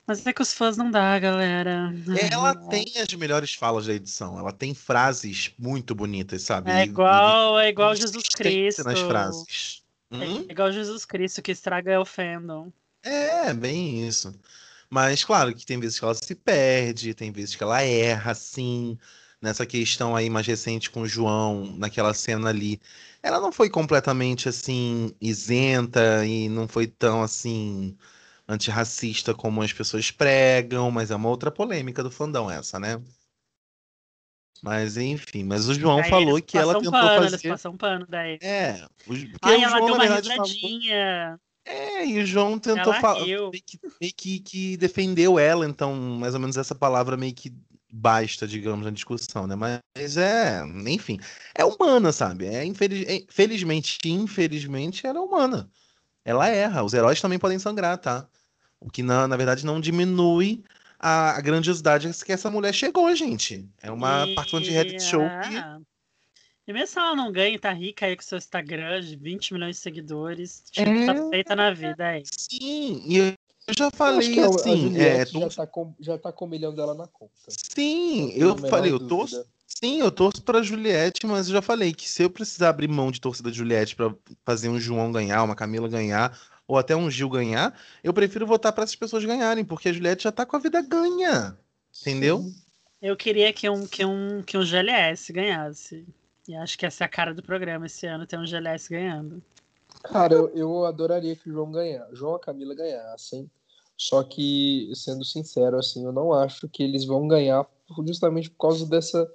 S2: Mas é que os fãs não dá, galera.
S1: Ela tem as melhores falas da edição. Ela tem frases muito bonitas, sabe?
S2: É
S1: E-
S2: igual, é
S1: e-
S2: igual Jesus
S1: consistência
S2: Cristo.
S1: Nas frases. Hum?
S2: É igual Jesus Cristo que estraga o fandom.
S1: É, bem isso. Mas claro que tem vezes que ela se perde, tem vezes que ela erra, sim. Nessa questão aí mais recente com o João, naquela cena ali, ela não foi completamente assim isenta e não foi tão assim antirracista como as pessoas pregam, mas é uma outra polêmica do fandom essa, né? Mas enfim, mas o João
S2: Aí
S1: falou
S2: eles
S1: que ela
S2: passam
S1: tentou
S2: pano, Eles
S1: fazer.
S2: passam pano daí.
S1: É, o- porque
S2: Ai,
S1: o
S2: ela
S1: João,
S2: deu
S1: na
S2: uma
S1: verdade, falou.
S2: risadinha.
S1: É, e o João tentou
S2: Ela
S1: falar,
S2: riu.
S1: meio, que, meio que- que defendeu ela, então, mais ou menos essa palavra meio que basta, digamos, na discussão, né? Mas é, enfim, é humana, sabe? É infeliz... é- felizmente, infelizmente, ela é humana. Ela erra. Os heróis também podem sangrar, tá? O que na, na verdade não diminui a, a grandiosidade que essa mulher chegou, gente. É uma
S2: E-
S1: participante de reality show que
S2: ah. E mesmo se ela não ganha e tá rica aí com seu Instagram de 20 milhões de seguidores, tipo,
S1: É.
S2: tá feita na vida aí.
S1: sim. E eu já
S3: Acho que
S1: falei
S3: a- a
S1: assim, é,
S3: Juliette já,
S1: torço-
S3: tá com, já tá com o milhão dela na conta.
S1: sim,
S3: Não
S1: eu
S3: tenho a
S1: falei, eu assim,
S3: menor
S1: torço
S3: dúvida.
S1: Sim, eu torço pra Juliette, mas eu já falei que se eu precisar abrir mão de torcida de Juliette pra fazer um João ganhar, uma Camila ganhar, ou até um Gil ganhar, eu prefiro votar pra essas pessoas ganharem, porque a Juliette já tá com a vida ganha. Entendeu?
S3: Sim.
S2: Eu queria que um, que, um, que um GLS ganhasse. E acho que essa é a cara do programa esse ano, ter um GLS ganhando.
S3: Cara, eu, eu adoraria que o João ganhar, João e a Camila ganhassem. Só que, sendo sincero, assim, eu não acho que eles vão ganhar por- justamente por causa dessa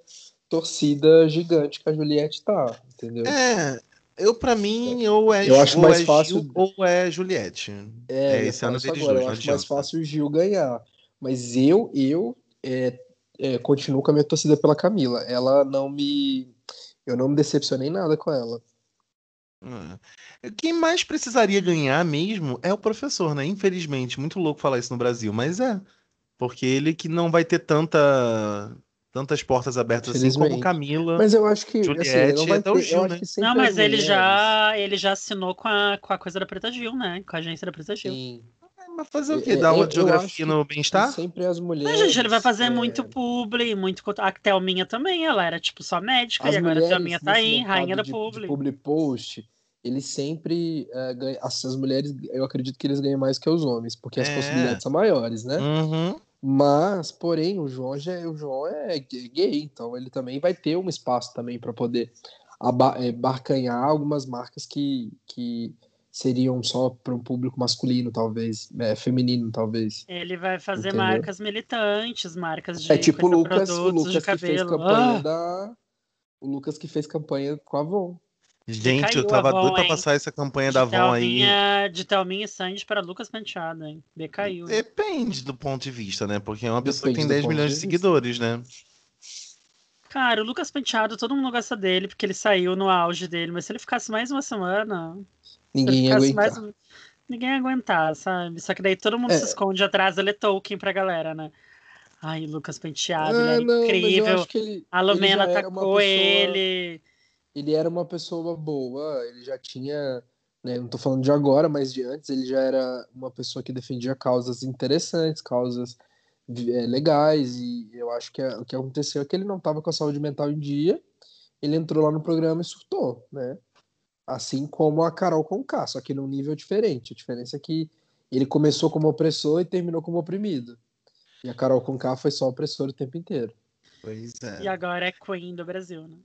S3: torcida gigante que a Juliette tá, entendeu?
S1: É, eu pra mim, ou é,
S3: Eu acho
S1: ou
S3: mais
S1: é
S3: fácil-
S1: Gil ou é Juliette.
S3: É, eu ia
S1: esse
S3: falar
S1: ano
S3: isso
S1: deles
S3: agora,
S1: dois,
S3: eu
S1: não
S3: acho mais
S1: adianta.
S3: fácil o Gil ganhar. Mas eu, eu é, é, continuo com a minha torcida pela Camila. Ela não me. Eu não me decepcionei nada com ela.
S1: É. Quem mais precisaria ganhar mesmo é o professor, né? Infelizmente, muito louco falar isso no Brasil, mas é. Porque ele que não vai ter tanta, tantas portas abertas assim como
S3: Infelizmente.
S1: Camila.
S3: Mas eu acho que. assim,
S1: Juliette
S3: não vai
S1: até o
S3: ter-
S1: Gil,
S3: eu acho
S1: né?
S3: que sempre
S2: Não, mas
S3: as
S2: ele
S3: mulheres-
S2: já, ele já assinou com a, com a coisa da Preta Gil, né? Com a agência da Preta Gil.
S3: Sim.
S1: Mas fazer o quê?
S3: É,
S1: Dar
S3: eu-
S1: uma
S3: eu acho que
S1: geografia no bem-estar?
S3: Sempre as
S2: Mas,
S3: mulheres.
S2: gente, ele vai fazer
S3: é,
S2: muito publi, muito. cont- A Thelminha também, ela era, tipo, só médica,
S3: As
S2: e agora a
S3: mulheres
S2: Thelminha tá
S3: nesse
S2: aí,
S3: mercado
S2: rainha da
S3: de,
S2: publi.
S3: De public post, eles sempre é, ganham. As, as mulheres, eu acredito que eles ganham mais que os homens, porque as
S1: É.
S3: possibilidades são maiores, né?
S1: Uhum.
S3: Mas, porém, o João já, o João é gay, então ele também vai ter um espaço também para poder aba- eh, barcanhar algumas marcas que, que seriam só para um público masculino, talvez, né, feminino, talvez.
S2: Ele vai fazer
S3: Entendeu?
S2: marcas militantes, marcas de
S3: é tipo o
S2: coisa,
S3: Lucas, o
S2: produtos de
S3: Lucas que fez
S2: cabelo.
S3: campanha
S2: Ah!
S3: da o Lucas que fez campanha com a Avon.
S1: Gente, eu
S2: Caiu a
S1: tava
S2: Avon,
S1: doido pra
S2: hein?
S1: passar essa campanha
S2: de
S1: da Avon aí.
S2: Thelminha, de Thelminha e Sandy para Lucas Penteado, hein? Decaiu. hein?
S1: Depende do ponto de vista, né? Porque é uma pessoa que
S3: Depende
S1: tem
S3: do
S1: 10
S3: ponto
S1: milhões
S3: de
S1: de
S3: vista.
S1: seguidores, né?
S2: Cara, o Lucas Penteado, todo mundo gosta dele, porque ele saiu no auge dele, mas se ele ficasse mais uma semana, se ele
S3: Ninguém ia
S2: ficasse
S3: aguentar.
S2: mais. um- Ninguém ia aguentar, sabe? Só que daí todo mundo
S3: É.
S2: se esconde atrás, ele é Tolkien pra galera, né? Ai, Lucas Penteado,
S3: Ah,
S2: ele
S3: não,
S2: era
S3: mas eu
S2: incrível.
S3: acho que ele,
S2: A Lumena
S3: ele já era uma
S2: atacou
S3: pessoa-
S2: ele.
S3: ele era uma pessoa boa, ele já tinha, né, não tô falando de agora, mas de antes, ele já era uma pessoa que defendia causas interessantes, causas eh, legais, e eu acho que a- o que aconteceu é que ele não tava com a saúde mental em dia, ele entrou lá no programa e surtou, né? Assim como a Carol Conká, só que num nível diferente. A diferença é que ele começou como opressor e terminou como oprimido. E a Carol Conká foi só opressora o tempo inteiro.
S1: Pois
S2: E agora é Queen do Brasil, né?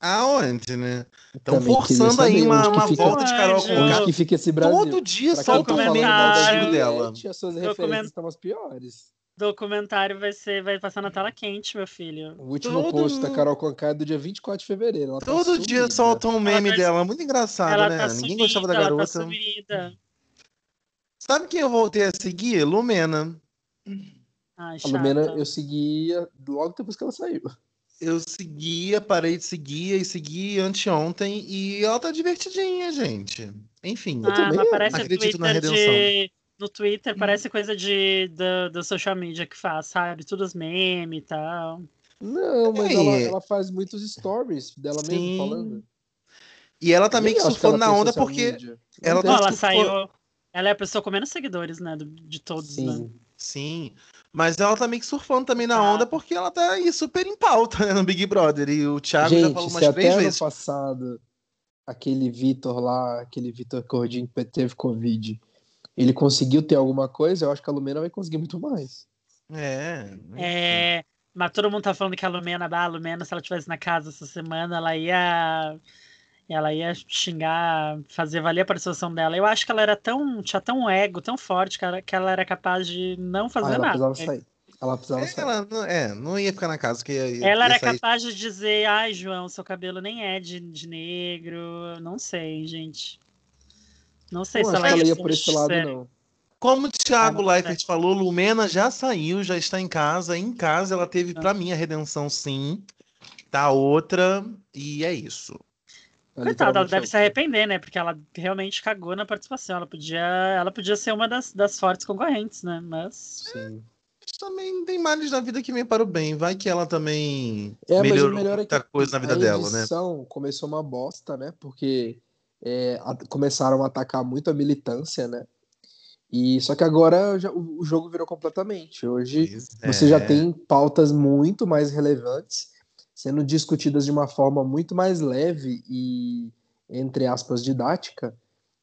S1: Aonde, né? Estão
S3: Também queria
S1: forçando aí
S3: saber
S1: uma,
S3: onde que
S1: uma
S3: fica-
S1: volta
S2: Ah,
S1: de Carol
S2: Onde
S1: Conká.
S2: eu-
S3: Onde que fica esse Brasil?
S1: Todo dia
S3: Pra quem
S1: solta
S2: tá
S1: um
S3: falando
S1: meme
S3: mal da
S1: do
S2: comentário-
S1: Gil dela.
S3: Juliette, As suas
S2: Document-
S3: referências estão as piores.
S2: Documentário vai ser, vai passar na tela quente, meu filho.
S3: O último
S1: Todo
S3: post da
S1: mundo-
S3: Carol Conká é do dia 24 de fevereiro. Ela tá
S1: Todo dia
S3: sumida.
S1: solta um meme
S2: tá-
S1: dela. Muito engraçado,
S2: ela
S1: né?
S2: tá
S1: Ninguém
S2: sumida,
S1: gostava da
S2: ela
S1: garota.
S2: tá sumida.
S1: Sabe quem eu voltei a seguir? Lumena.
S2: Ai,
S3: A
S2: chata.
S3: Lumena eu seguia logo depois que ela saiu.
S1: Eu seguia, parei de seguir e segui anteontem. E ela tá divertidinha, gente. Enfim.
S3: Eu
S2: Ah,
S3: também
S2: mas parece o
S1: acredito
S2: Twitter
S1: na
S2: de... No Twitter parece coisa de, da do social media que faz, sabe? Tudo os memes e tal.
S3: Não, mas
S1: Ei.
S3: ela, ela faz muitos stories dela mesma
S1: É. Sim.
S3: falando.
S1: E ela tá meio que
S3: Nem acho ela
S1: surfando na
S3: tem
S1: onda
S3: social
S1: porque.
S3: media.
S1: ela
S2: Não,
S1: tá-
S3: tem.
S2: ela
S1: que
S2: saiu... Ela é a pessoa com menos seguidores, né? do- De todos, né?
S3: Sim.
S1: Sim. Mas ela tá meio que surfando também na
S2: Ah.
S1: onda porque ela tá aí super em pauta né, no Big Brother. E o Thiago já falou
S3: Gente, se
S1: umas
S3: até
S1: três
S3: ano
S1: vezes.
S3: passado aquele Vitor lá, aquele Vitor Cordinho que teve Covid, ele conseguiu ter alguma coisa, eu acho que a Lumena vai conseguir muito mais.
S1: É.
S2: É, Mas todo mundo tá falando que a Lumena, ah, a Lumena, se ela estivesse na casa essa semana, ela ia... Ela ia xingar, fazer valer a participação dela. Eu acho que ela era tão. tinha tão ego, tão forte, que ela, que ela era capaz de não
S3: Ah,
S2: fazer
S3: ela
S2: nada.
S3: precisava sair. Ela precisava sair.
S1: Ela não, né? é, não ia ficar na casa, que ia, ia
S2: Ela era
S1: sair
S2: capaz de dizer, ai, João, seu cabelo nem é de, de negro. Não sei, gente. Não sei
S3: Não
S2: se
S3: acho
S2: ela
S3: que ela
S2: ia
S3: ia
S2: ser
S3: por esse lado,
S2: sincera.
S3: não.
S1: Como o Thiago
S3: Tá
S2: Ah, não,
S3: né?
S1: Leifert falou, Lumena já saiu, já está em casa. Em casa ela teve,
S3: Ah.
S1: pra mim, a redenção sim. Tá outra. E é isso.
S3: então,
S2: Coitada, ela deve se arrepender, né? Porque ela realmente cagou na participação. Ela podia, ela podia ser uma das, das fortes concorrentes, né? Mas.
S3: Sim.
S1: Mas também tem males na vida que me para o bem. Vai que ela também
S3: É, mas o
S1: melhorou
S3: melhor é que
S1: muita coisa na vida
S3: a
S1: dela, né?
S3: edição começou uma bosta, né? Porque é, a- começaram a atacar muito a militância, né? E só que agora já- o, o jogo virou completamente. Hoje
S1: Pois
S3: você já
S1: é.
S3: tem pautas muito mais relevantes sendo discutidas de uma forma muito mais leve e entre aspas didática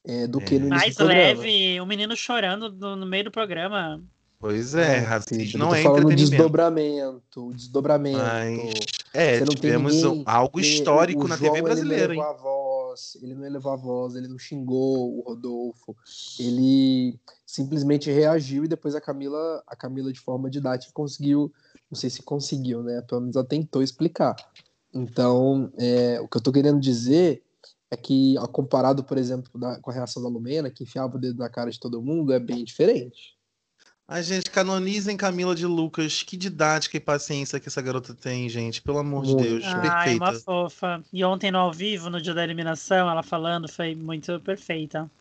S3: é, do que no
S1: É.
S3: início
S2: Mais
S3: do programa.
S2: leve, um menino chorando no, no meio do programa.
S1: Pois
S3: né?
S1: é,
S3: Pedro,
S1: racismo
S3: Assim, eu
S1: não
S3: tô
S1: é
S3: falando
S1: entretenimento.
S3: desdobramento, desdobramento.
S1: Mas- É,
S3: Você não tem
S1: tivemos
S3: ninguém
S1: um- algo
S3: Porque
S1: histórico na
S3: João,
S1: TV brasileira,
S3: é Ele não
S1: hein?
S3: elevou a voz, ele não elevou a voz, ele não xingou o Rodolfo. Ele simplesmente reagiu e depois a Camila, a Camila de forma didática conseguiu, não sei se conseguiu, né? Pelo menos ela tentou explicar. Então, é, o que eu tô querendo dizer é que, ó, comparado, por exemplo, da- com a reação da Lumena, que enfiava o dedo na cara de todo mundo, é bem diferente.
S1: Ai, gente, canonizem Camila de Lucas. Que didática e paciência que essa garota tem, gente. Pelo amor de
S3: Muito. Ah, é
S1: Deus,
S2: Ai,
S1: perfeita.
S2: uma fofa. E ontem no ao vivo, no dia da eliminação, ela falando foi muito perfeita.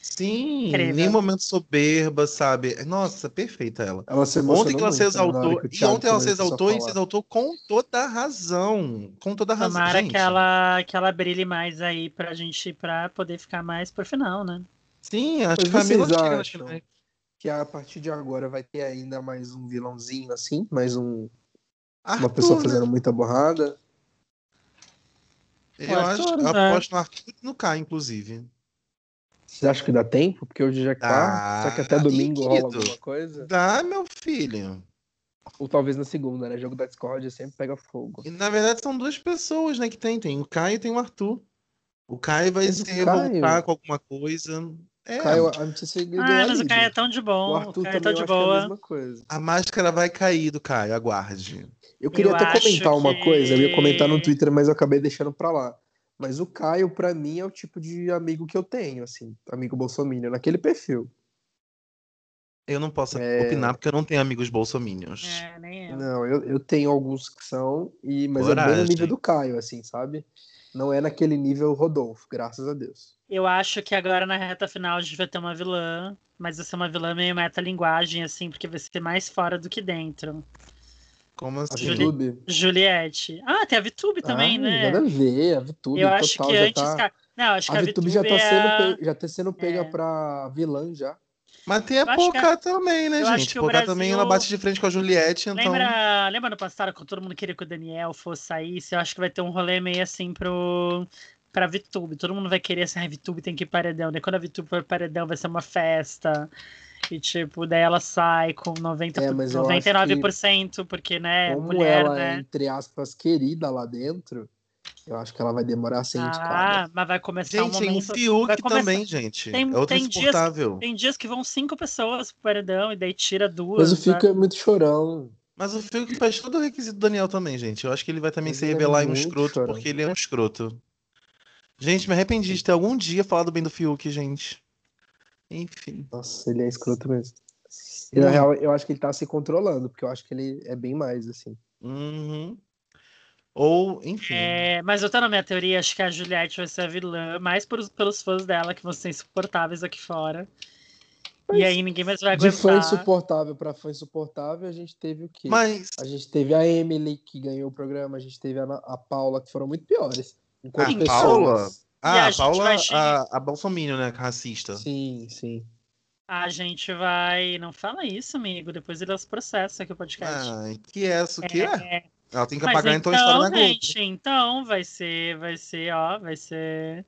S1: Sim,
S2: Incrível.
S1: nenhum momento soberba, sabe? Nossa, perfeita ela.
S3: Ela se emocionou
S1: Ontem que ela
S3: muito,
S1: se
S3: né, na hora
S1: exaltou,
S3: que o
S1: e
S3: Thiago
S1: ontem ela se
S3: começou a
S1: exaltou e se
S3: falar.
S1: exaltou com toda a razão. Com toda a razão.
S2: Tomara
S1: gente,
S2: que ela, que ela brilhe mais aí pra gente, pra poder ficar mais pro final, né?
S1: Sim, acho
S3: Mas
S1: que Camila
S3: vocês
S1: chega nas
S3: acham?
S1: finais.
S3: que a partir de agora vai ter ainda mais um vilãozinho, assim, mais um, uma
S1: Arthur,
S3: pessoa
S1: né?
S3: fazendo muita borrada.
S1: Eu acho,
S2: Arthur,
S1: eu
S2: né?
S1: aposto no Arthur e no K, inclusive.
S3: Você acha que dá tempo? Porque hoje já é quarta,
S1: Dá.
S3: será que até domingo
S1: Ih,
S3: rola
S1: querido.
S3: alguma coisa?
S1: Dá, meu filho.
S3: Ou talvez na segunda, né? Jogo da Discord sempre pega fogo.
S1: E na verdade são duas pessoas, né, que tem. Tem o Caio e tem o Arthur. O Caio vai
S3: Mas o
S1: se
S3: Caio-
S1: revoltar com alguma coisa. É,
S3: Caio, a não sei se ele ganhou
S2: Ah,
S3: a
S2: mas o
S3: Liga.
S2: Caio é tão de
S3: O
S2: bom, o
S3: Arthur
S2: Caio é
S3: também
S2: tão
S3: eu
S2: de
S3: acho que é a
S2: boa.
S3: mesma coisa.
S1: a máscara vai cair do Caio, aguarde.
S3: Eu queria
S2: Eu
S3: até
S2: acho
S3: comentar uma
S2: que-
S3: coisa, eu ia comentar no Twitter, mas eu acabei deixando pra lá. Mas o Caio, pra mim, é o tipo de amigo que eu tenho, assim, amigo bolsominion, naquele perfil.
S1: Eu não posso
S3: É.
S1: opinar porque eu não tenho amigos bolsominions.
S2: É, nem eu.
S3: Não, eu, eu tenho alguns que são, e, mas é bem
S1: Coragem.
S3: no nível do Caio, assim, sabe? Não é naquele nível Rodolfo, graças a Deus.
S2: Eu acho que agora na reta final a gente vai ter uma vilã, mas vai ser uma vilã meio metalinguagem, assim, porque vai ser mais fora do que dentro.
S1: Como
S3: A
S1: assim?
S2: Juli-
S3: VTube?
S2: Juliette. Ah, tem a VTube também,
S3: Ai,
S2: né?
S3: Nada a ver, a VTube
S2: Eu
S3: total
S2: acho que
S3: já
S2: antes.
S3: tá...
S2: ca- Não, acho que
S3: A
S2: a VTube
S3: VTube já tá,
S2: é a-
S3: sendo, pe- já tá sendo pega
S2: É.
S3: pra vilã já.
S1: Mas tem a
S2: Eu acho que é-
S1: Pocá também, né,
S2: eu acho
S1: gente?
S2: que
S1: A
S2: o
S1: Pocá também
S2: Brasil-
S1: ela bate de frente com a Juliette, então.
S2: Lembra, lembra no passado quando todo mundo queria que o Daniel fosse sair? Eu acho que vai ter um rolê meio assim pro pra VTube. Todo mundo vai querer assim, ah, VTube tem que ir paredão. Daí quando a VTube for paredão vai ser uma festa. E tipo, daí ela sai com 90,
S3: É, mas eu acho
S2: 99%, porque né,
S3: Como
S2: mulher,
S3: ela é,
S2: né?
S3: entre aspas, querida lá dentro, eu acho que ela vai demorar a ser indicada.
S2: Ah, mas vai começar um
S1: Gente, é tem o
S2: momento.
S1: Fiuk
S2: vai começar-
S1: também, gente.
S2: Tem-
S1: é outro
S2: tem dias que-
S1: insuportável.
S2: Tem dias que vão cinco pessoas pro paredão e daí tira duas.
S3: Mas o
S2: sabe?
S3: Fico é muito chorão.
S1: Mas o Fiuk faz todo o requisito do Daniel também, gente. Eu acho que ele vai também
S3: Mas
S1: se
S3: ele é
S1: revelar em um
S3: muito
S1: escroto,
S3: chorão.
S1: porque ele é um escroto. Gente, me arrependi de ter algum dia falado bem do Fiuk, gente. Enfim.
S3: Nossa, ele é escroto mesmo. E, na real, eu acho que ele tá se controlando, porque eu acho que ele é bem mais, assim.
S1: Uhum. Ou, enfim.
S2: É, mas voltando à minha teoria, acho que a Juliette vai ser a vilã, mais por- pelos fãs dela, que vão ser insuportáveis aqui fora. e
S3: Mas
S2: aí ninguém mais vai
S3: De fã
S2: aguentar.
S3: insuportável pra fã insuportável, a gente teve o quê?
S1: Mas.
S3: A gente teve a Emily, que ganhou o programa, a gente teve a, Ana- a Paula, que foram muito piores. Enquanto
S1: Ah, A
S3: pessoas.
S1: Paula?
S2: E a
S1: Ah, a
S2: gente
S1: Paula,
S2: vai chegar-
S1: a, a Bolsominion, né? Racista.
S3: Sim, sim.
S2: A gente vai. Não fala isso, amigo. Depois ele os processos aqui o podcast.
S1: Ai, que é isso que é?
S2: É,
S1: Ela tem que
S2: mas
S1: apagar então a história na Globo.
S2: gente, então vai ser, vai ser, ó, vai ser.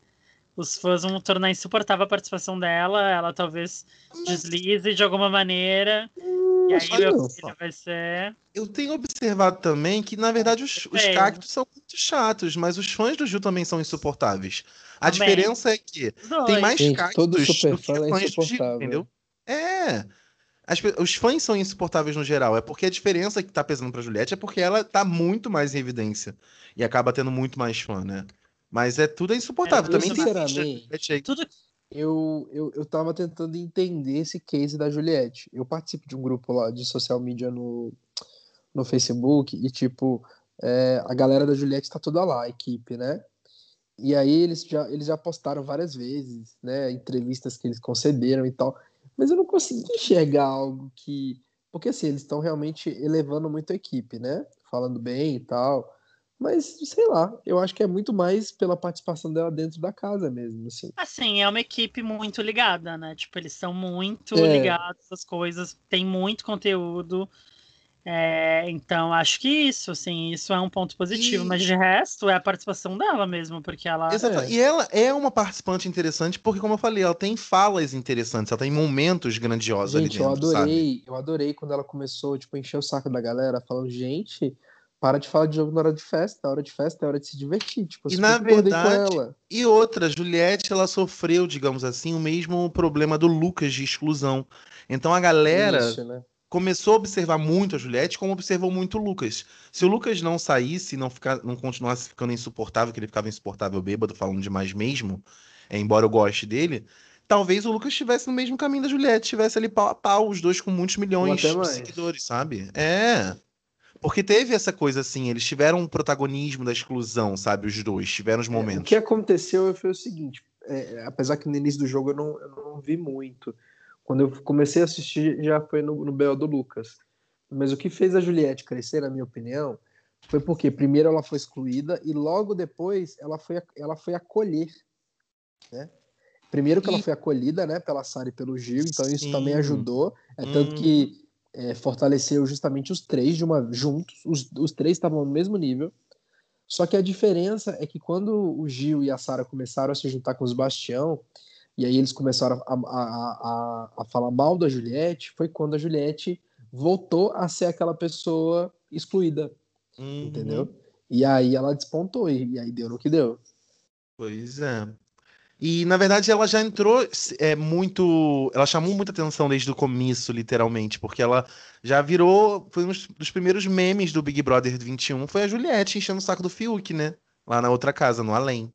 S2: Os fãs vão tornar insuportável a participação dela. Ela talvez deslize de alguma maneira.
S1: Hum,
S2: E aí
S3: acho que
S2: meu
S3: não.
S2: filho vai ser.
S1: Eu tenho observado também que, na verdade, os, os
S2: Tem.
S1: cactos são muito chatos, mas os fãs do Gil também são insuportáveis. A
S2: Também.
S1: diferença é que
S2: os dois.
S1: tem mais
S3: Gente,
S1: cactos
S3: todo
S1: do que
S3: superfã
S1: fãs
S3: é
S1: do Gil,
S3: insuportável.
S1: entendeu? É. As pe- os fãs são insuportáveis no geral. É porque a diferença que tá pesando pra Juliette é porque ela tá muito mais em evidência. E acaba tendo muito mais fã, né? Mas é tudo é insuportável.
S2: É,
S1: também tem
S3: sinceramente,
S1: Juliette aí.
S2: Tudo,
S3: eu, eu, eu tava tentando entender esse case da Juliette. Eu participo de um grupo lá de social media no, no Facebook e, tipo, é, a galera da Juliette tá toda lá, a equipe, né? E aí eles já, eles já postaram várias vezes, né? Entrevistas que eles concederam e tal. Mas eu não consegui enxergar algo que. Porque assim, eles estão realmente elevando muito a equipe, né? Falando bem e tal. Mas, sei lá, eu acho que é muito mais pela participação dela dentro da casa mesmo, assim.
S2: Assim, é uma equipe muito ligada, né? Tipo, eles são muito
S3: É.
S2: ligados às coisas, tem muito conteúdo. É, então, acho que isso, assim, isso é um ponto positivo.
S1: E-
S2: Mas de resto, é a participação dela mesmo, porque ela.
S1: Exatamente. E ela é uma participante interessante, porque, como eu falei, ela tem falas interessantes, ela tem momentos grandiosos
S3: Gente, eu
S1: ali dentro, sabe?
S3: adorei, eu adorei quando ela começou, tipo, a encher o saco da galera, falando, gente, para de falar de jogo na hora de festa, a hora de festa é a hora de se divertir, tipo, eu
S1: E
S3: super
S1: na
S3: concordei
S1: verdade,
S3: com ela.
S1: E outra, Juliette, ela sofreu, digamos assim, o mesmo problema do Lucas de exclusão. Então a galera
S3: Isso, né?
S1: começou a observar muito a Juliette, como observou muito o Lucas. Se o Lucas não saísse, não, ficar, não continuasse ficando insuportável, que ele ficava insuportável bêbado, falando demais mesmo, é, embora eu goste dele, talvez o Lucas estivesse no mesmo caminho da Juliette, estivesse ali pau a pau, os dois com muitos milhões
S3: até
S1: de
S3: mais.
S1: seguidores, sabe? É. Porque teve essa coisa assim, eles tiveram um protagonismo da exclusão, sabe? Os dois tiveram os
S3: É, O
S1: momentos.
S3: que aconteceu foi o seguinte, é, apesar que no início do jogo eu não, eu não vi muito. Quando eu comecei a assistir, já foi no, no BO do Lucas. Mas o que fez a Juliette crescer, na minha opinião, foi porque primeiro ela foi excluída e logo depois ela foi, a- ela foi acolher. Né? Primeiro que ela
S1: E-
S3: foi acolhida né, pela Sara e pelo Gil, então isso
S1: Sim.
S3: também ajudou. É tanto
S1: Hum.
S3: que é, fortaleceu justamente os três de uma juntos, os, os três estavam no mesmo nível. Só que a diferença é que quando o Gil e a Sara começaram a se juntar com os Bastião, e aí eles começaram a, a, a, a falar mal da Juliette, foi quando a Juliette voltou a ser aquela pessoa excluída,
S1: Uhum.
S3: entendeu? E aí ela despontou, e, e aí deu no que deu.
S1: Pois é. E, na verdade, ela já entrou é, muito. Ela chamou muita atenção desde o começo, literalmente, porque ela já virou. Foi um dos primeiros memes do Big Brother 21. Foi a Juliette enchendo o saco do Fiuk, né? Lá na outra casa, no Além.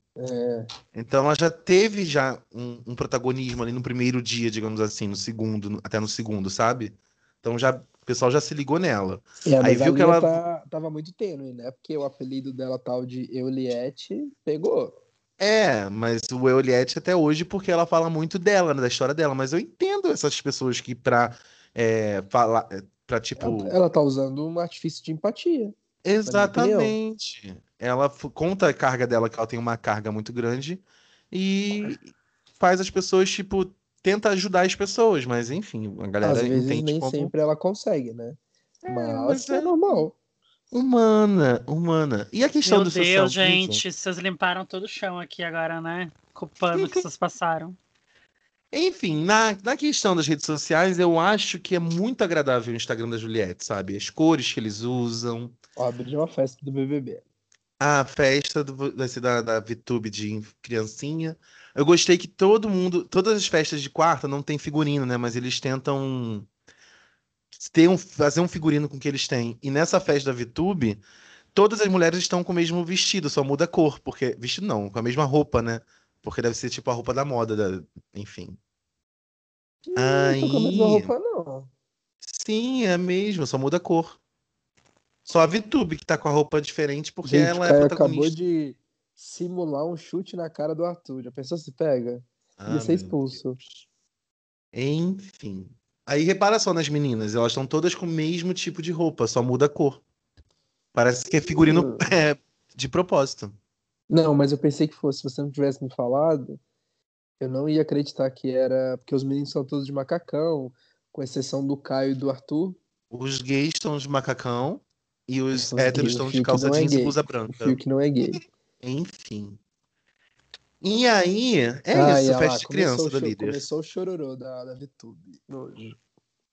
S1: Então, ela já teve já um, um protagonismo ali no primeiro dia, digamos assim, no segundo, no- até no segundo, sabe? Então, já, o pessoal já se ligou nela.
S3: É, mas
S1: Aí viu
S3: a
S1: que
S3: linha
S1: ela-
S3: tá- tava muito tênue, né? Porque o apelido dela tal de Euliette pegou.
S1: É, mas o Euliette até hoje, porque ela fala muito dela, né, da história dela. Mas eu entendo essas pessoas que pra é, falar, é, pra tipo.
S3: Ela, ela tá usando um artifício de empatia.
S1: Exatamente. Ela f- conta a carga dela, que ela tem uma carga muito grande, e faz as pessoas, tipo, tenta ajudar as pessoas, mas enfim, a galera
S3: Às vezes
S1: entende
S3: nem
S1: como
S3: sempre ela consegue, né?
S1: É,
S3: mas
S1: mas
S3: é
S1: é-
S3: normal.
S1: humana, humana. E a questão
S2: Meu
S1: do social
S2: Deus,
S1: media?
S2: gente, vocês limparam todo o chão aqui agora, né? Com o pano que vocês
S1: (laughs)
S2: passaram.
S1: Enfim, na, na questão das redes sociais, eu acho que é muito agradável o Instagram da Juliette, sabe? As cores que eles usam,
S3: Ó, abri uma festa do BBB.
S1: a festa do, vai ser da, da VTube de inf- criancinha. Eu gostei que todo mundo, todas as festas de quarta não tem figurino, né? Mas eles tentam ter um, fazer um figurino com o que eles têm. E nessa festa da VTube, todas as mulheres estão com o mesmo vestido, só muda a cor, porque vestido não, com a mesma roupa, né? Porque deve ser tipo a roupa da moda, da, enfim.
S3: Não tô com a mesma
S1: Aí.
S3: roupa, não.
S1: Sim, é mesmo, só muda a cor. Só a VTube que tá com a roupa diferente porque
S3: Gente,
S1: ela
S3: o
S1: é
S3: Caio
S1: protagonista.
S3: acabou de simular um chute na cara do Arthur. Já pensou se pega?
S1: Ah,
S3: Ia ser
S1: meu
S3: expulso.
S1: Enfim. Aí repara só nas meninas, elas estão todas com o mesmo tipo de roupa, só muda a cor. Parece que é
S3: Hum.
S1: figurino (laughs) é, de propósito.
S3: Não, mas eu pensei que fosse. Se você não tivesse me falado, eu não ia acreditar que era. Porque os meninos são todos de macacão, com exceção do Caio e do Arthur.
S1: Os gays estão de macacão e os,
S3: Os gays,
S1: héteros
S3: o
S1: estão de
S3: Fiuk
S1: calça
S3: não é
S1: jeans e
S3: gay.
S1: blusa
S3: O
S1: branca.
S3: Fio que não é gay.
S1: Enfim. E aí, é
S3: Ah, e
S1: isso,
S3: olha lá,
S1: festa de criança
S3: começou o
S1: do
S3: cho-
S1: líder.
S3: Começou o chororô da, da VTube. Nojo.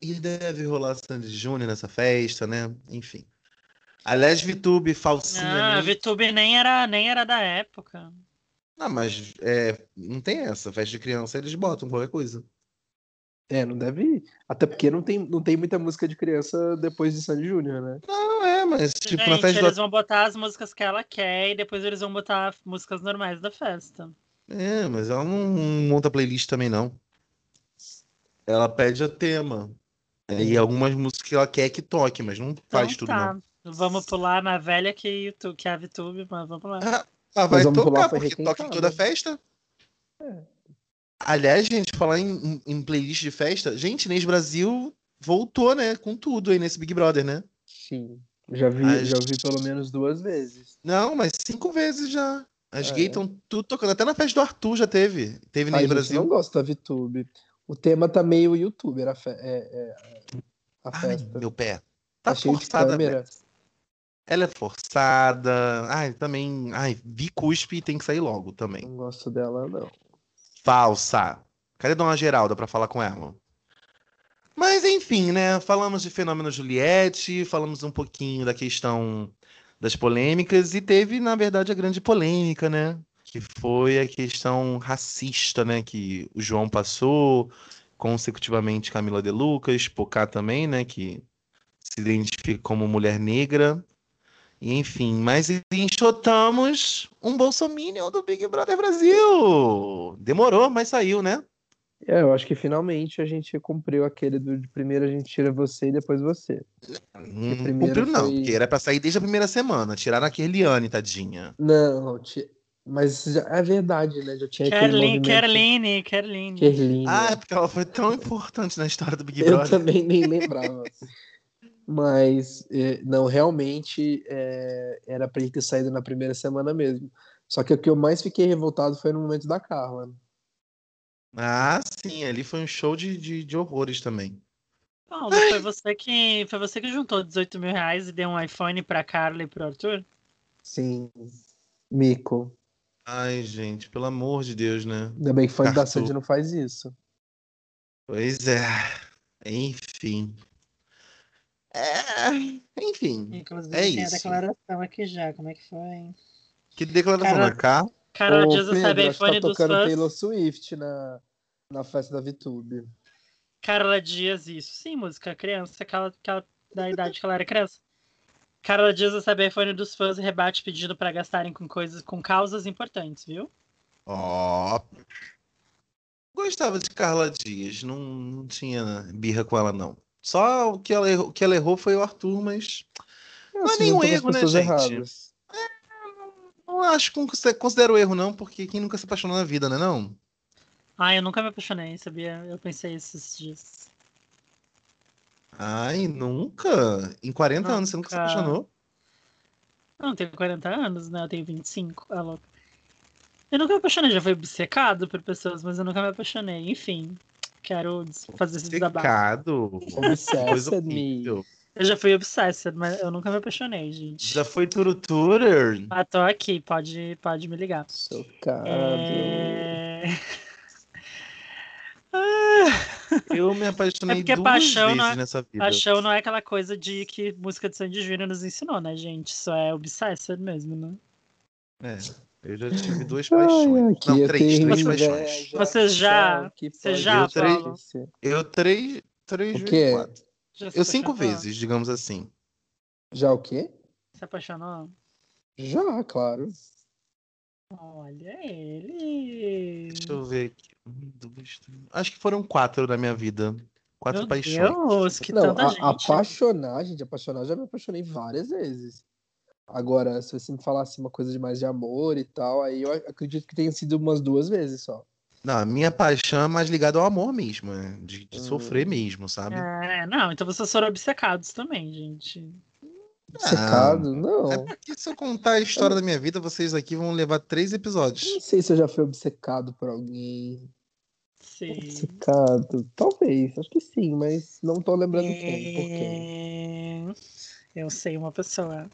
S1: E deve rolar Sandy Júnior nessa festa, né? Enfim. Aliás, VTube,
S2: ah,
S1: falsinha.
S2: a
S1: mesmo.
S2: VTube nem era, nem era da época.
S1: Ah, mas é, não tem essa. Festa de criança, eles botam qualquer coisa.
S3: É, não deve ir. Até porque não tem, não tem muita música de criança depois de Sandy Júnior, né?
S1: Não, é, mas tipo, na
S2: Gente,
S1: festa
S2: eles
S1: do...
S2: vão botar as músicas que ela quer e depois eles vão botar músicas normais da festa.
S1: É, mas ela não monta playlist também, não. Ela pede a tema. E algumas músicas que ela quer que toque, mas não faz tudo,
S2: tá.
S1: não.
S2: Vamos pular na velha que, YouTube, que é a VTube, mas vamos
S3: É,
S2: lá.
S1: Ela vai
S3: vamos pular
S1: tocar,
S3: pra
S1: porque toca em
S3: requentar,
S1: toda
S3: né? É.
S1: festa. Aliás, gente, falar em, em- em playlist de festa, gente, Inês Brasil voltou, né, com tudo aí nesse Big Brother, né?
S3: Sim. Já vi,
S1: Mas-
S3: já vi pelo menos duas vezes.
S1: Não, mas cinco vezes já. As
S3: Ah,
S1: gays
S3: é? um
S1: estão tudo tocando. Até na festa do Arthur já teve. Teve
S3: A
S1: Inês
S3: gente
S1: Brasil.
S3: assim, não gosta da VTube. O tema tá meio youtuber, a, fe- é- é- a
S1: Ai,
S3: festa.
S1: meu pé. Tá
S3: cheio de
S1: forçada,
S3: câmera.
S1: velho. Ela é forçada. Ai, também. Ai, vi cuspe e tem que sair logo também.
S3: Não gosto dela, não.
S1: Falsa. Cadê a Dona Geralda pra falar com ela? Mas enfim, né? Falamos de fenômeno Juliette, falamos um pouquinho da questão das polêmicas e teve, na verdade, a grande polêmica, né? Que foi a questão racista, né? Que o João passou, consecutivamente Camila De Lucas, Pocá também, né? Que se identifica como mulher negra. E, enfim, mas enxotamos um bolsominion do Big Brother Brasil. Demorou, mas saiu, né?
S3: É, eu acho que finalmente a gente cumpriu aquele do de primeiro a gente tira você e depois você.
S1: Não
S3: primeiro
S1: cumpriu, não,
S3: foi-
S1: porque era pra sair desde a primeira semana. Tiraram a Kerliane, tadinha.
S3: Não, ti- mas já- é verdade, né? Já tinha aquele
S2: Kerline,
S3: movimento.
S2: Kerline, Kerline.
S3: Kerline.
S1: Ah, é porque ela foi tão importante na história do Big
S3: Eu
S1: Brother.
S3: também nem lembrava. Mas, é, não, realmente é, era pra ele ter saído na primeira semana mesmo. Só que o que eu mais fiquei revoltado foi no momento da Carla.
S1: Ah, sim, ali foi um show de, de, de horrores também.
S2: Paulo, foi você que foi você que juntou 18 mil reais e deu um iPhone pra Carla e pro Arthur?
S3: Sim. Mico.
S1: Ai, gente, pelo amor de Deus, né?
S3: Ainda bem que fã da
S1: Cartu.
S3: Sandy não faz isso.
S1: Pois é. Enfim. É, enfim.
S2: Inclusive,
S1: É
S2: tem
S1: isso.
S2: a declaração aqui já. Como é que foi?
S1: Que declaração né?
S2: Cara-
S1: da Carla.
S2: Carla
S3: Ô,
S2: Dias recebe
S3: Pedro, acho que
S2: iPhone
S3: tá
S2: dos
S3: tocando
S2: fãs.
S3: Taylor Swift na, na festa da VTube.
S2: Carla Dias, isso. Sim, música criança, aquela, aquela da idade que ela era criança. Carla Dias recebe iPhone dos fãs e rebate pedido pra gastarem com coisas, com causas importantes, viu?
S1: Ó. Gostava de Carla Dias, não, não tinha birra com ela, não. Só o que ela errou, o que ela errou foi o Arthur, mas Não é
S3: se
S1: nenhum
S3: juntou Assim, com
S1: erro, né,
S3: as pessoas
S1: gente?
S3: erradas.
S1: não acho que você considera o erro, não, porque quem nunca se apaixonou na vida, né? Não?
S2: Ah, eu nunca me apaixonei, sabia? Eu pensei esses dias.
S1: Ai, nunca. Em 40 anos você nunca se
S2: Nunca.
S1: apaixonou.
S2: Eu não tenho 40 anos, né? Eu tenho 25. É louco. Eu nunca me apaixonei, já fui obcecado por pessoas, mas eu nunca me apaixonei. Enfim, quero des- fazer esse desabafo.
S1: Secado. Coisa
S3: Obsessed me.
S1: horrível.
S2: Eu já fui obsessed, mas eu nunca me apaixonei, gente.
S1: Já foi turuturer.
S2: Ah, tô aqui, pode, pode me ligar.
S1: Ah,
S3: Socado.
S2: É...
S1: Eu me apaixonei
S2: É porque
S1: duas
S2: paixão
S1: vezes
S2: não é-
S1: nessa vida.
S2: Paixão não é aquela coisa de que música de Sandy Júnior nos ensinou, né, gente? Isso é obsessed mesmo, né?
S1: É, eu já tive duas paixões.
S3: Ai, aqui é
S1: não,
S3: eu
S1: três,
S3: tenho
S1: três
S3: inveja,
S1: paixões.
S2: Você já-
S3: só que
S2: você
S3: pode
S1: já, Eu três-
S2: Paulo?
S3: ser.
S1: Eu três, três
S3: O
S1: vezes
S3: quê?
S1: quatro.
S2: Já se
S1: Eu cinco
S2: apaixonou?
S1: vezes, digamos assim.
S3: Já o quê?
S2: Se apaixonou?
S3: Já, claro.
S2: Olha ele.
S1: Deixa eu ver aqui. Um, dois, três. Acho que foram quatro na minha vida. Quatro
S2: Meu
S1: paixões.
S2: Deus, que
S3: não,
S2: tanta
S3: a-
S2: gente.
S3: apaixonar, gente, apaixonar, eu já me apaixonei várias vezes. Agora, se você me falasse uma coisa de mais de amor e tal, aí eu acredito que tenha sido umas duas vezes só.
S1: Não, a minha paixão é mais ligada ao amor mesmo, é, de, de
S3: Hum.
S1: sofrer mesmo, sabe?
S2: É, não, então vocês foram obcecados também, gente.
S3: Secado? Não.
S1: É porque se eu contar a história da minha vida, vocês aqui vão levar três episódios.
S3: Não sei se eu já fui obcecado por alguém.
S2: Sim.
S3: Obcecado? Talvez, acho que sim, mas não tô lembrando quem, por quem.
S2: É, Eu sei uma pessoa.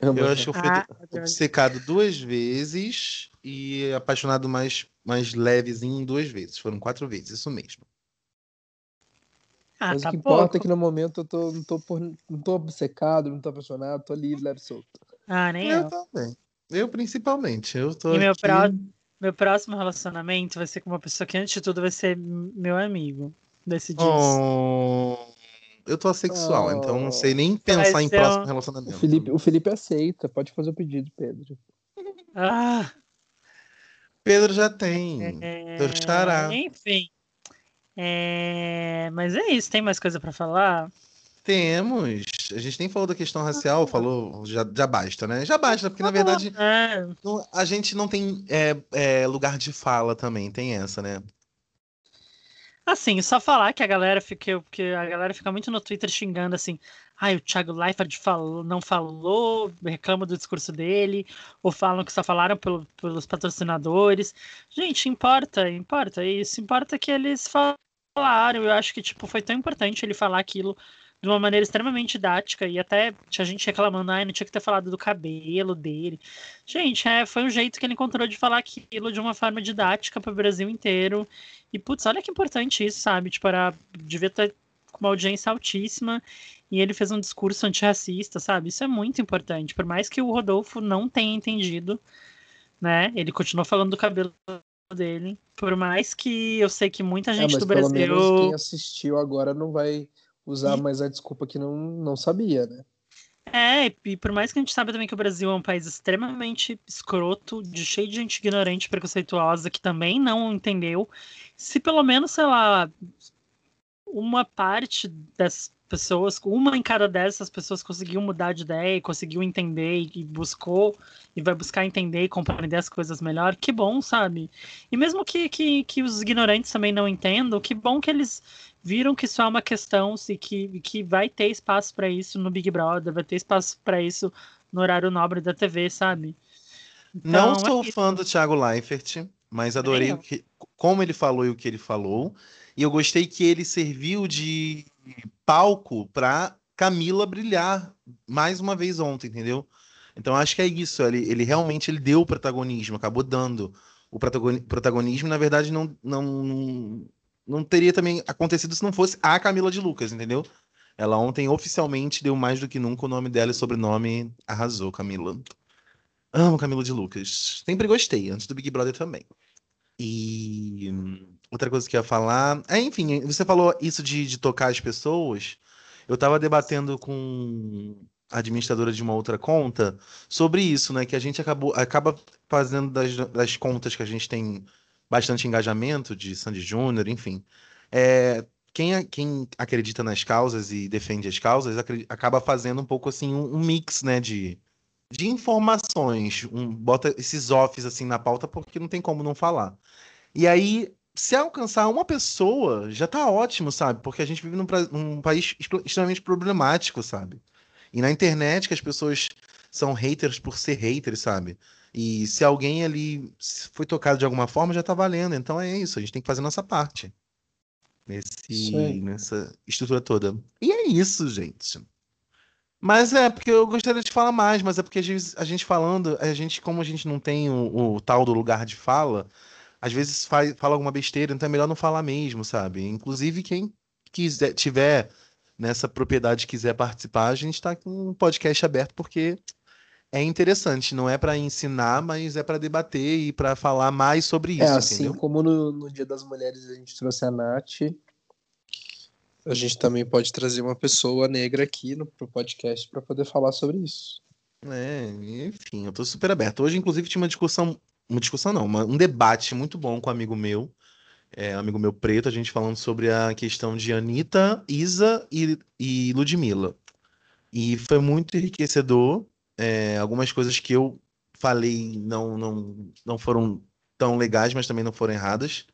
S1: Eu acho que eu fui
S2: Ah,
S1: obcecado duas vezes e apaixonado mais, mais levezinho duas vezes. Foram quatro vezes, isso mesmo.
S2: ah
S3: Mas o
S2: tá
S3: que importa
S2: pouco.
S3: é que no momento eu tô, não, tô por- não tô obcecado, não tô apaixonado, tô livre, leve e solto.
S2: Ah, nem eu.
S1: Eu também. Eu principalmente. Eu tô
S2: E meu
S1: aqui-
S2: pró- Meu próximo relacionamento vai ser com uma pessoa que, antes de tudo, vai ser m- meu amigo. Decidido.
S1: Oh, eu tô assexual,
S3: Oh.
S1: então não sei nem
S2: Vai
S1: pensar em
S2: ser
S1: próximo
S2: um-
S1: relacionamento.
S3: O Felipe, o Felipe aceita, pode fazer o pedido, Pedro.
S2: Ah,
S1: Pedro já tem.
S2: É,
S1: Teu xará.
S2: Enfim. É, mas é isso, tem mais coisa pra falar?
S1: Temos. A gente nem falou da questão
S2: Ah.
S1: racial, falou. Já, já basta, né? Já basta, porque na verdade
S2: É,
S1: não- a gente não tem é, é, lugar de fala também, tem essa, né?
S2: assim, só falar que a galera fica, que a galera fica muito no Twitter xingando assim, ai, o Thiago Leifert falou, não falou, reclama do discurso dele, ou falam que só falaram pelo- pelos patrocinadores. Gente, importa, importa isso, importa que eles falaram. Eu acho que tipo foi tão importante ele falar aquilo de uma maneira extremamente didática e até tinha gente reclamando, ai, não tinha que ter falado do cabelo dele. Gente, é, foi um jeito que ele encontrou de falar aquilo de uma forma didática para o Brasil inteiro. E, putz, olha que importante isso, sabe? Tipo, era, devia estar com uma audiência altíssima e ele fez um discurso antirracista, sabe? Isso é muito importante. Por mais que o Rodolfo não tenha entendido, né? Ele continuou falando do cabelo dele. Por mais que eu sei que muita gente
S3: é, mas
S2: do
S3: pelo
S2: Brasil.
S3: menos quem assistiu agora não vai usar
S2: E-
S3: mais a desculpa que não, não sabia, né?
S2: É, e- e por mais que a gente saiba também que o Brasil é um país extremamente escroto, de cheio de gente ignorante, preconceituosa, que também não entendeu, se pelo menos, sei lá, uma parte das pessoas, uma em cada dez dessas pessoas conseguiu mudar de ideia, e conseguiu entender e- e buscou, e vai buscar entender e compreender as coisas melhor, que bom, sabe? E mesmo que, que, que os ignorantes também não entendam, que bom que eles viram que isso é uma questão se que, que vai ter espaço para isso no Big Brother, vai ter espaço para isso no horário nobre da TV, sabe?
S1: Não
S2: Então, é
S1: sou
S2: isso.
S1: fã do Thiago Leifert, mas adorei
S2: eu.
S1: o que, como ele falou e o que ele falou. E eu gostei que ele serviu de palco para Camila brilhar mais uma vez ontem, entendeu? Então acho que é isso. Ele, ele realmente ele deu o protagonismo, acabou dando o protagoni- protagonismo. Na verdade, não, não, não teria também acontecido se não fosse a Camila de Lucas, entendeu? Ela ontem oficialmente deu mais do que nunca o nome dela e sobrenome. Arrasou, Camila. Amo Camilo de Lucas. Sempre gostei, antes do Big Brother também. E hum, outra coisa que eu ia falar. É, enfim, você falou isso de, de tocar as pessoas. Eu tava debatendo com a administradora de uma outra conta sobre isso, né? Que a gente acabou, acaba fazendo das, das contas que a gente tem bastante engajamento, de Sandy Júnior, enfim. É, quem, a- quem acredita nas causas e defende as causas acre- acaba fazendo um pouco assim um, um mix, né? De de informações, um, bota esses offs assim na pauta porque não tem como não falar. E aí, se alcançar uma pessoa, já tá ótimo, sabe? Porque a gente vive num, pra- num país expl- extremamente problemático, sabe? E na internet que as pessoas são haters por ser haters, sabe? E se alguém ali se foi tocado de alguma forma, já tá valendo. Então é isso, a gente tem que fazer a nossa parte.
S3: Isso
S1: Nesse,
S3: aí.
S1: nessa estrutura toda. E é isso, gente. Mas é, porque eu gostaria de falar mais, mas é porque às vezes a gente falando, a gente, como a gente não tem o, o tal do lugar de fala, às vezes faz, fala alguma besteira, então é melhor não falar mesmo, sabe? Inclusive, quem quiser, tiver nessa propriedade e quiser participar, a gente tá com um podcast aberto, porque é interessante, não é para ensinar, mas é para debater e para falar mais sobre isso,
S3: é, assim
S1: entendeu?
S3: como no, no Dia das Mulheres a gente trouxe a Nath, a gente também pode trazer uma pessoa negra aqui no pro podcast para poder falar sobre isso.
S1: É, enfim, eu tô super aberto. Hoje, inclusive, tinha uma discussão, uma discussão não, uma- um debate muito bom com um amigo meu, é, um amigo meu preto, a gente falando sobre a questão de Anitta, Isa e, e Ludmilla. E foi muito enriquecedor. é, algumas coisas que eu falei não, não, não foram tão legais, mas também não foram erradas.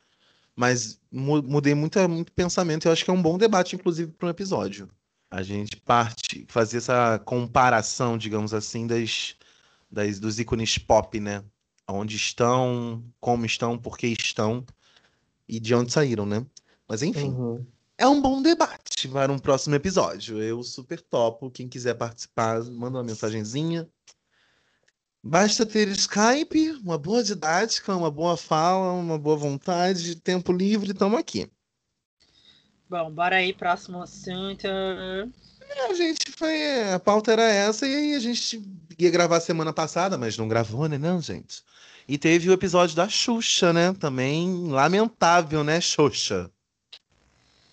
S1: Mas mu- mudei muito, muito pensamento. Eu acho que é um bom debate, inclusive, para um episódio. A gente parte, fazer essa comparação, digamos assim, das, das, dos ícones pop, né? Onde estão, como estão, por que estão e de onde saíram, né? Mas enfim.
S3: Uhum.
S1: É um bom debate para um próximo episódio. Eu super topo. Quem quiser participar, manda uma mensagenzinha. Basta ter Skype, uma boa didática, uma boa fala, uma boa vontade, tempo livre, tamo aqui.
S2: Bom, bora aí, próximo assunto.
S1: É, gente, foi, a pauta era essa e aí a gente ia gravar semana passada, mas não gravou, né, não, gente? E teve o episódio da Xuxa, né? Também lamentável, né, Xuxa?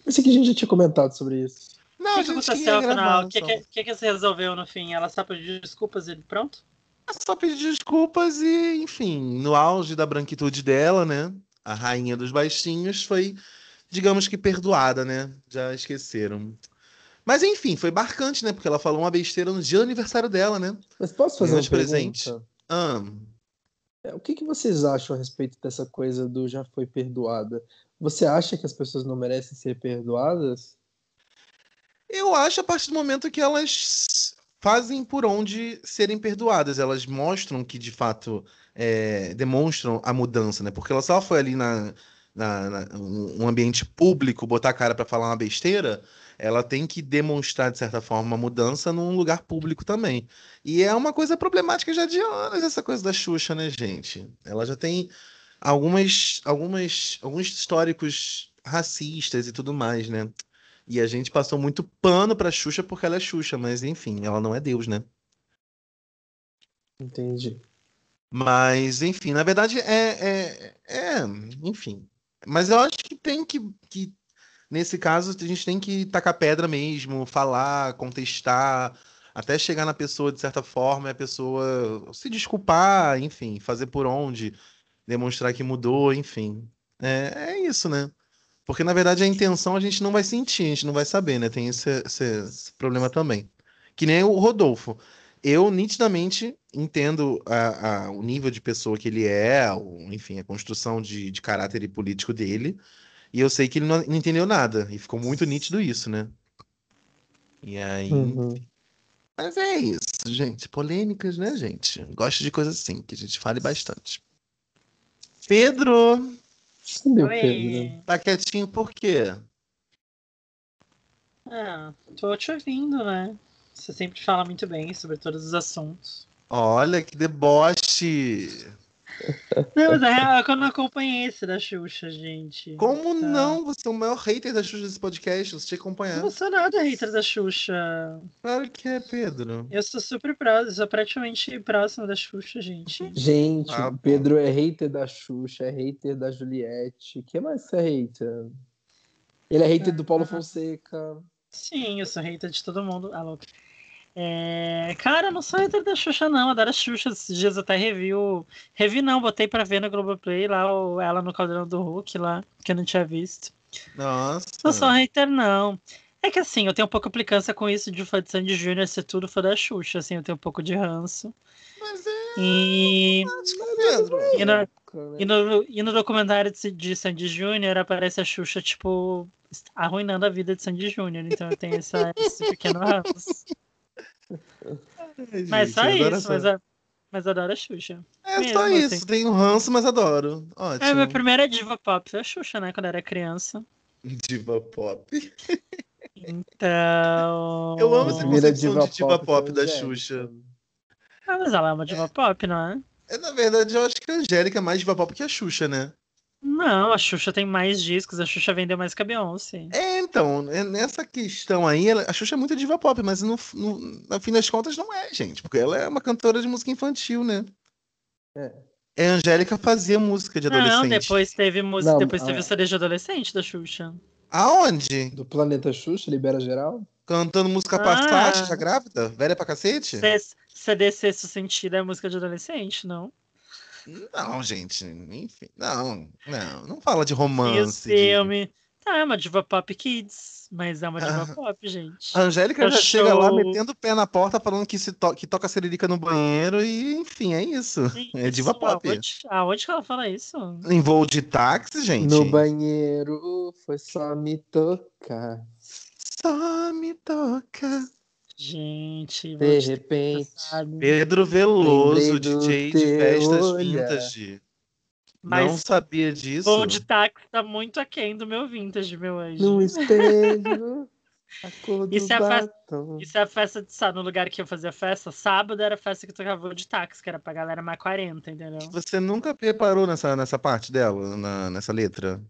S3: Esse aqui a gente já tinha comentado sobre isso.
S1: Não,
S2: O que, que
S1: gente,
S2: aconteceu
S1: ia
S2: no final?
S1: gravar,
S2: O que,
S1: só.
S2: que, que, que se resolveu no fim? Ela só pediu desculpas e pronto?
S1: É só pedir desculpas e, enfim, no auge da branquitude dela, né? A rainha dos baixinhos foi, digamos que perdoada, né? Já esqueceram. Mas enfim, foi marcante, né? Porque ela falou uma besteira no dia do aniversário dela, né?
S3: Mas posso fazer
S1: Ganhou
S3: uma
S1: de presente.
S3: pergunta?
S1: Ah,
S3: É, o que, que vocês acham a respeito dessa coisa do já foi perdoada? Você acha que as pessoas não merecem ser perdoadas?
S1: eu acho a partir do momento que elas fazem por onde serem perdoadas, elas mostram que de fato é, demonstram a mudança, né? Porque ela só foi ali na, na, na- um um ambiente público botar a cara para falar uma besteira, ela tem que demonstrar de certa forma uma mudança num lugar público também. E é uma coisa problemática já de anos essa coisa da Xuxa, né, gente? Ela já tem algumas, algumas, alguns históricos racistas e tudo mais, né? E a gente passou muito pano pra Xuxa porque ela é Xuxa, mas enfim, ela não é Deus, né?
S3: Entendi.
S1: Mas, enfim, na verdade é. é, é, enfim. Mas eu acho que tem que, que. Nesse caso, a gente tem que tacar pedra mesmo, falar, contestar, até chegar na pessoa de certa forma e a pessoa se desculpar, enfim, fazer por onde, demonstrar que mudou, enfim. É, é isso, né? Porque, na verdade, a intenção a gente não vai sentir, a gente não vai saber, né? Tem esse- esse- esse problema também. Que nem o Rodolfo eu nitidamente entendo a- a- o nível de pessoa que ele é, o- enfim, a construção de, de caráter e político dele, e eu sei que ele não, não entendeu nada, e ficou muito nítido isso, né? E aí.
S3: Uhum.
S1: Mas é isso, gente. Polêmicas, né, gente? Gosto de coisa assim, que a gente fale bastante. Pedro,
S3: Cadê o
S2: Oi. né?
S3: Pedro?
S1: tá quietinho por quê?
S2: Ah, tô te ouvindo, né? Você sempre fala muito bem sobre todos os assuntos.
S1: Olha que deboche!
S2: Não, (laughs) mas na real, é que eu não acompanhei esse da Xuxa, gente.
S1: Como
S2: Tá.
S1: não? Você é o maior hater da Xuxa desse podcast, você tinha que
S2: Eu
S1: acompanhar.
S2: não sou nada hater da Xuxa.
S1: Claro que é, Pedro.
S2: Eu sou super próximo, sou praticamente próximo da Xuxa, gente.
S3: Gente,
S1: Ah,
S3: o Pedro é hater da Xuxa, é hater da Juliette. Quem mais que é hater? Ele é hater do
S2: Ah.
S3: Paulo Fonseca.
S2: Sim, eu sou hater de todo mundo. Ah, louco. É, Cara, eu não sou hater da Xuxa, não. Adoro a Xuxa. Esses dias eu até review. Revi não, botei pra ver no Globoplay lá, o... ela no Caldeirão do Hulk lá, que eu não tinha visto.
S1: Nossa.
S2: Não sou hater, não. É que assim, eu tenho um pouco implicância com isso de o Fred Sandy Jr. ser tudo fã da Xuxa, assim, eu tenho um pouco de ranço.
S1: Mas é, tipo,
S2: E, é
S1: Pedro.
S2: e, no,
S3: Cara,
S2: e, no, e no documentário de, de Sandy Jr. aparece a Xuxa, tipo, arruinando a vida de Sandy Jr. Então eu tenho essa, esse pequeno ranço. Mas só isso, mas, a- mas adoro a Xuxa.
S1: É
S2: mesmo,
S1: só isso,
S2: assim.
S1: tem um ranço, mas adoro. Ótimo.
S2: É, minha primeira diva pop foi a Xuxa, né, quando eu era criança.
S1: Diva pop.
S2: Então...
S1: Eu amo
S3: a
S1: essa
S3: primeira
S1: concepção
S3: diva
S1: de diva
S3: pop
S1: pop
S3: foi
S1: da
S3: Angélica.
S1: Xuxa.
S2: Ah, mas ela é uma diva pop, não é?
S1: É, na verdade, eu acho que a Angélica é mais diva pop que a Xuxa, né?
S2: Não, a Xuxa tem mais discos, a Xuxa vendeu mais que a Beyoncé.
S1: É, então, é nessa questão aí, ela- a Xuxa é muito diva pop, mas no, no, no fim das contas não é, gente, porque ela é uma cantora de música infantil, né?
S3: É.
S1: É, a Angélica fazia música de é adolescente. é.
S2: Não, depois teve música,
S3: Não,
S2: depois
S3: ah.
S2: teve o CD de adolescente da Xuxa.
S1: Aonde?
S3: Do Planeta Xuxa, libera geral?
S1: Cantando música
S2: Ah.
S1: passagem, já grávida? Velha pra cacete?
S2: C- CD Sexto Sentido é música de adolescente, não?
S1: Não, gente, enfim, não, não, não fala de
S2: E o
S1: romance. de-
S2: filme. Tá, é uma diva pop kids, mas é uma diva
S1: Ah.
S2: pop,
S1: (laughs)
S2: gente.
S1: A Angélica já
S2: Show.
S1: chega lá metendo o pé na porta, falando que, se to- que toca seririca no banheiro, e enfim, é isso. é diva
S2: Isso,
S1: pop.
S2: Aonde, aonde que ela fala isso?
S1: Em voo de táxi, gente.
S3: No banheiro foi só me tocar.
S1: Só me toca.
S2: Gente,
S3: De
S2: você
S3: repente.
S2: sabe.
S1: Pedro Veloso,
S3: Lembrei do
S1: DJ de
S3: teu
S1: festas
S3: olhar.
S1: vintage. Não
S2: Mas
S1: sabia disso.
S2: voo de táxi tá muito aquém do meu vintage, meu anjo.
S3: No espelho, a cor do
S2: Isso é a fa-
S3: batom.
S2: Isso é a festa de sábado, no lugar que eu fazia festa. Sábado era a festa que eu tocava de táxi, que era pra galera mais 40, entendeu?
S1: Você nunca reparou nessa, nessa parte dela, na- nessa letra?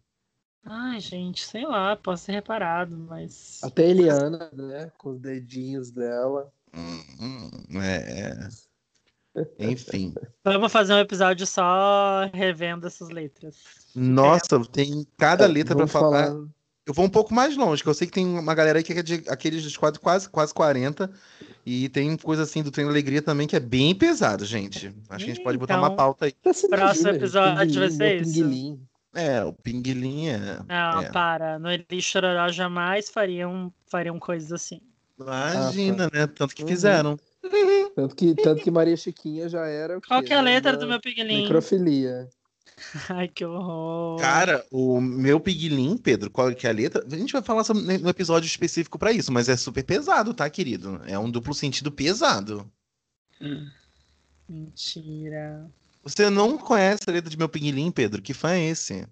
S2: Ai, gente, sei lá, posso ter reparado, mas.
S3: Até a Eliana, né? Com os dedinhos dela.
S1: Hum, hum, é. é.
S3: (laughs)
S1: Enfim.
S2: Vamos fazer um episódio só revendo essas letras.
S1: Nossa, tem cada letra pra
S3: É, Vamos
S1: falar. Eu vou um pouco mais longe, que eu sei que tem uma galera aí que é de, aqueles dos quase, quase, quase 40. E tem coisa assim do Treino Alegria também que é bem pesado, gente. Acho que a gente pode botar
S2: Então.
S1: uma pauta aí.
S2: Próximo
S3: né?
S2: episódio vai ser isso.
S1: É, o Pinguilim é.
S2: Não,
S1: é.
S2: para. No Eli Chororó jamais fariam, fariam coisas assim.
S1: Imagina, né? Tanto que
S3: Ah, Uhum.
S1: fizeram.
S3: Tanto que, tanto que Maria Chiquinha já era. o
S2: Qual
S3: quê?
S2: que é a
S3: Era
S2: letra
S3: uma
S2: do meu pinguelinho?
S3: Necrofilia.
S2: Ai, que horror.
S1: Cara, o meu Pinguilim, Pedro, qual que é a letra? A gente vai falar sobre- num episódio específico pra isso, mas é super pesado, tá, querido? É um duplo sentido pesado.
S2: Mentira.
S1: Você não conhece a letra de meu Pinguilim, Pedro? Que fã é esse?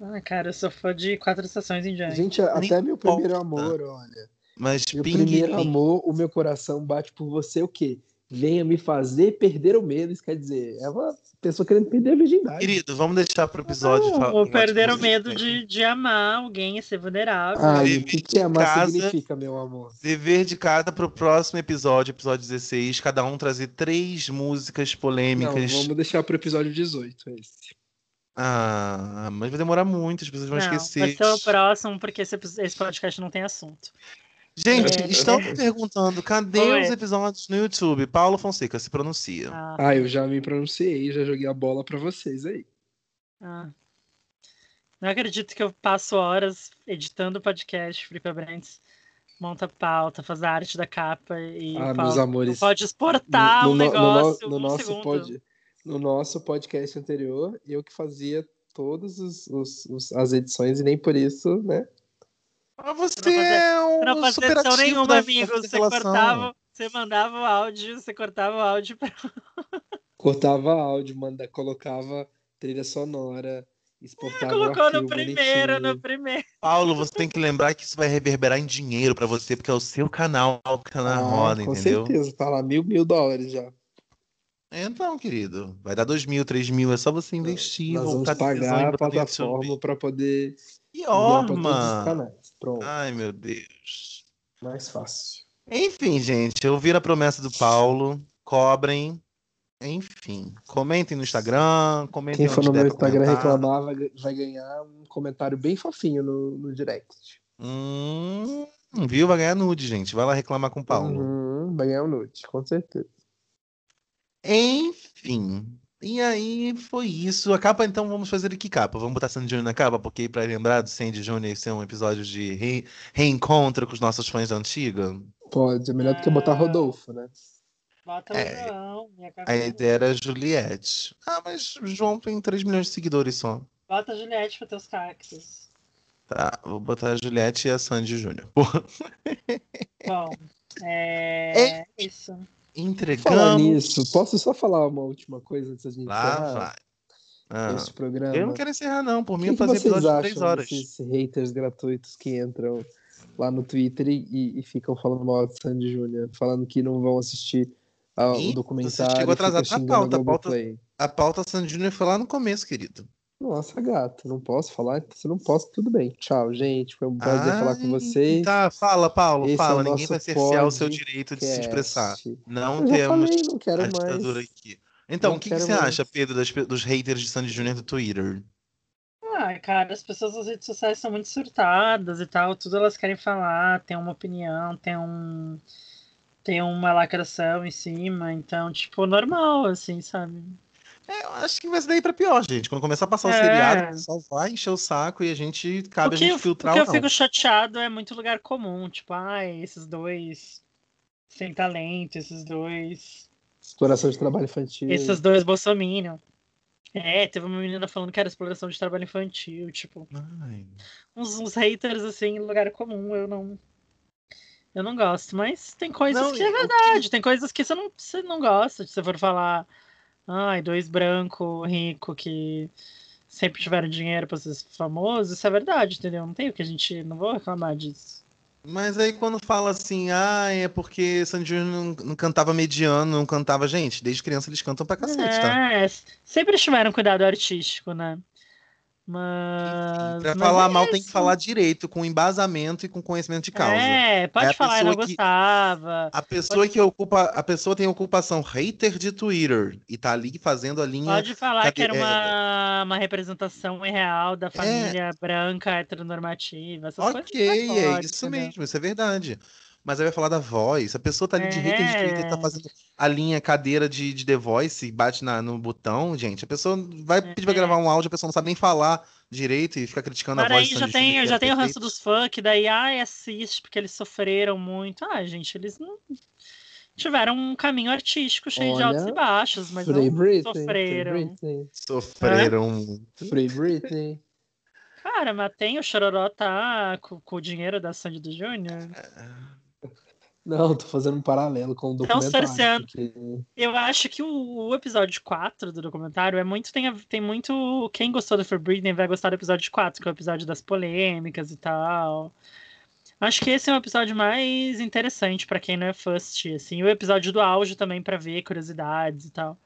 S2: Ah, cara, eu sou fã de quatro estações em diante.
S3: Gente, até meu
S1: importa.
S3: primeiro amor, olha.
S1: Mas
S3: Meu
S1: Pinguilim.
S3: primeiro amor, o meu coração bate por você, o quê? Venha me fazer perder o medo. Isso quer dizer, é uma pessoa querendo perder a virgindade.
S1: Querido, vamos deixar pro episódio.
S2: Não,
S1: falar-
S2: ou perder tá, o
S1: falar
S2: medo
S1: isso.
S2: de, de amar alguém e ser vulnerável.
S3: Ah,
S1: Viver
S3: o que, que amar
S1: em casa.
S3: significa, meu amor?
S1: Dever de casa pro próximo episódio, episódio 16, cada um trazer três músicas
S3: Não,
S1: polêmicas.
S3: vamos deixar pro episódio é 18 esse.
S1: Ah, mas vai demorar muito, as pessoas vão
S2: Não, vai
S1: esquecer.
S2: ser o próximo, porque esse, esse podcast não tem assunto.
S1: Gente,
S2: É. (laughs)
S1: estão me perguntando, cadê
S2: Oi.
S1: os episódios no YouTube? Paulo Fonseca se pronuncia.
S2: Ah,
S3: Ah, eu já me pronunciei, já joguei a bola pra vocês aí.
S2: ah. Não acredito que eu passo horas editando o podcast, Felipe Abrantes monta pauta, faz a arte da capa e
S3: Ah,
S2: o
S3: meus
S2: Paulo não
S3: amores.
S2: pode exportar o
S3: no- no- no-
S2: negócio
S3: no
S2: um
S3: nosso
S2: segundo.
S3: pod- no nosso podcast anterior, eu que fazia todas os, os- os- as edições e nem por isso, né?
S1: Ah, você
S2: Não fazia-
S1: é
S2: Você
S1: um
S2: não fazia
S1: super
S2: edição
S1: ativo
S2: nenhuma,
S3: né,
S1: na-
S2: amigo.
S1: nessa
S2: Você
S1: relação.
S2: cortava, você mandava o áudio, você cortava o áudio pra
S3: Cortava áudio, manda, colocava trilha sonora, exportava o
S2: É, (laughs) colocou no
S3: arquivo
S2: primeiro, no
S3: Tá bonitinho.
S2: primeiro.
S1: Paulo, você tem que lembrar que isso vai reverberar em dinheiro pra você, porque é o seu canal que tá na
S3: Ah,
S1: roda,
S3: com
S1: entendeu?
S3: certeza, tá lá mil, mil dólares já.
S1: Então, querido, vai dar dois mil, três mil, é só você investir,
S3: Nós
S1: voltar
S3: vamos
S1: de tesão
S3: pagar
S1: e
S3: a
S1: botar no
S3: plataforma
S1: YouTube.
S3: pra poder
S1: Que
S3: enviar pra todos os
S1: orma!
S3: canais. Pronto,
S1: Ai, meu Deus.
S3: mais fácil.
S1: Enfim, gente, ouviram a promessa do Paulo, cobrem, enfim, comentem no Instagram, comentem
S3: Quem for
S1: onde
S3: no
S1: der
S3: meu
S1: pra
S3: Instagram
S1: comentar.
S3: reclamar vai, vai ganhar um comentário bem fofinho no, no direct.
S1: Hum, viu? Vai ganhar nude, gente. Vai lá reclamar com o Paulo.
S3: Uhum, vai ganhar um nude, com certeza.
S1: Enfim. E aí foi isso. A capa, então, vamos fazer aqui capa. Vamos botar Sandy Júnior na capa, porque pra lembrar do Sandy Júnior esse é um episódio de re- reencontro com os nossos fãs da antiga.
S3: Pode, é melhor do que
S1: Ah.
S3: botar Rodolfo, né?
S2: Bota
S1: o
S2: o
S1: É,
S2: João, minha
S1: A ideia era Juliette. Ah, mas o João tem 3 milhões de seguidores só.
S2: Bota a Juliette pra teus cactos.
S1: Tá, vou botar a Juliette e a Sandy Júnior.
S2: Bom, é, isso.
S3: Falar
S1: Entregamos.
S3: nisso, posso só falar uma última coisa antes da gente
S1: Lá
S3: encerrar
S1: vai. Ah,
S3: este programa?
S1: eu não quero encerrar, não. Por
S3: o
S1: mim,
S3: que,
S1: eu
S3: que
S1: fazia
S3: vocês
S1: episódio de
S3: acham
S1: 3 horas.
S3: desses haters gratuitos que entram lá no Twitter e, e ficam falando mal de Sandy Júnior, falando que não vão assistir ah,
S1: Ih,
S3: o
S1: você
S3: documentário
S1: chegou
S3: e fica
S1: atrasado na
S3: xingando
S1: pauta,
S3: a
S1: a pauta-
S3: Globoplay.
S1: A pauta Sandy Júnior foi lá no começo, querido.
S3: Nossa, gato, não posso falar? Então, Se não posso, tudo bem. Tchau, gente. Foi um prazer
S1: Ah,
S3: falar com vocês.
S1: Tá, fala, Paulo,
S3: Esse é
S1: fala.
S3: o
S1: Ninguém
S3: nosso
S1: vai cercear o seu
S3: podcast.
S1: direito de se
S3: Cast.
S1: expressar. Não
S3: Eu já
S1: temos
S3: falei, não quero
S1: a ditadura
S3: mais.
S1: aqui. Então,
S3: Não
S1: o que, que
S3: quero
S1: você
S3: mais.
S1: acha, Pedro, das pe- dos haters de Sandy Júnior do Twitter?
S2: Ah, cara, as pessoas nas redes sociais são muito surtadas e tal, tudo elas querem falar, tem uma opinião, tem um tem uma lacração em cima, então, tipo, normal, assim, sabe?
S1: É, eu acho que vai ser daí pra pior, gente. Quando começar a passar o
S2: É.
S1: seriado, só vai encher o saco e a gente cabe
S2: o
S1: a
S2: que,
S1: gente
S2: eu- o
S1: filtrar
S2: que
S1: ou
S2: eu
S1: não.
S2: fico chateado é muito lugar comum, tipo, ai, esses dois sem talento, esses dois.
S3: Exploração de trabalho infantil.
S2: Esses dois bolsominion. É, teve uma menina falando que era exploração de trabalho infantil, tipo.
S1: Ai.
S2: uns, uns haters assim em lugar comum, eu não. Eu não gosto, mas tem coisas
S1: Não,
S2: que
S1: e
S2: é
S1: o que-
S2: verdade, tem coisas que você não, você não gosta. Se você for falar, ai, dois branco, rico, que sempre tiveram dinheiro pra ser famoso, isso é verdade, entendeu? Não tem o que a gente. Não vou reclamar disso.
S1: Mas aí quando fala assim, ah, é porque Sandy Júnior não, não cantava mediano, não cantava. Gente, desde criança eles cantam pra cacete, tá?
S2: É, sempre tiveram cuidado artístico, né? Mas.
S1: Pra
S2: mas
S1: falar
S2: é
S1: mal tem que
S2: isso.
S1: falar direito, com embasamento e com conhecimento de causa.
S2: É,
S1: É
S2: pode
S1: a
S2: falar, eu não
S1: pessoa que-
S2: gostava.
S1: A pessoa que ocupa, a pessoa tem ocupação hater de Twitter e tá ali fazendo a linha
S2: Pode falar
S1: Cadê-
S2: que era
S1: é-
S2: uma, uma representação irreal da família branca heteronormativa. Essas coisas tá né?
S1: Ok,
S2: não
S1: é
S2: pode,
S1: isso
S2: entendeu?
S1: mesmo, isso é verdade. Mas aí vai falar da voz. A pessoa tá ali de hater de Twitter, tá
S2: É.
S1: fazendo a linha cadeira de, de The Voice, bate na- no botão, gente. A pessoa vai pedir pra
S2: É.
S1: gravar um áudio, a pessoa não sabe nem falar direito e fica criticando
S2: Para
S1: a
S2: aí,
S1: voz. do
S2: já
S1: Sandy
S2: tem,
S1: Júnior,
S2: já
S1: que é
S2: tem
S1: era
S2: o ranço
S1: perfeito.
S2: dos funk, daí, ai, assiste, porque eles sofreram muito. Ah, gente, eles não tiveram um caminho artístico cheio de
S3: Olha,
S2: altos e baixos, mas
S3: Free
S2: não
S3: Britney.
S2: sofreram.
S3: Free Britney.
S1: Sofreram.
S3: Free Britney.
S2: Cara, mas tem o Chororó tá com, com o dinheiro da Sandy do Júnior.
S3: Não, tô fazendo um paralelo com o
S2: Estão
S3: documentário.
S2: cerceando.
S3: porque-
S2: Eu acho que o, o episódio 4 do documentário é muito. Tem, a- tem muito. Quem gostou do For Britney vai gostar do episódio 4, que é o episódio das polêmicas e tal. Acho que esse é um episódio mais interessante pra quem não é fã assistir, assim. E o episódio do auge também pra ver curiosidades e tal.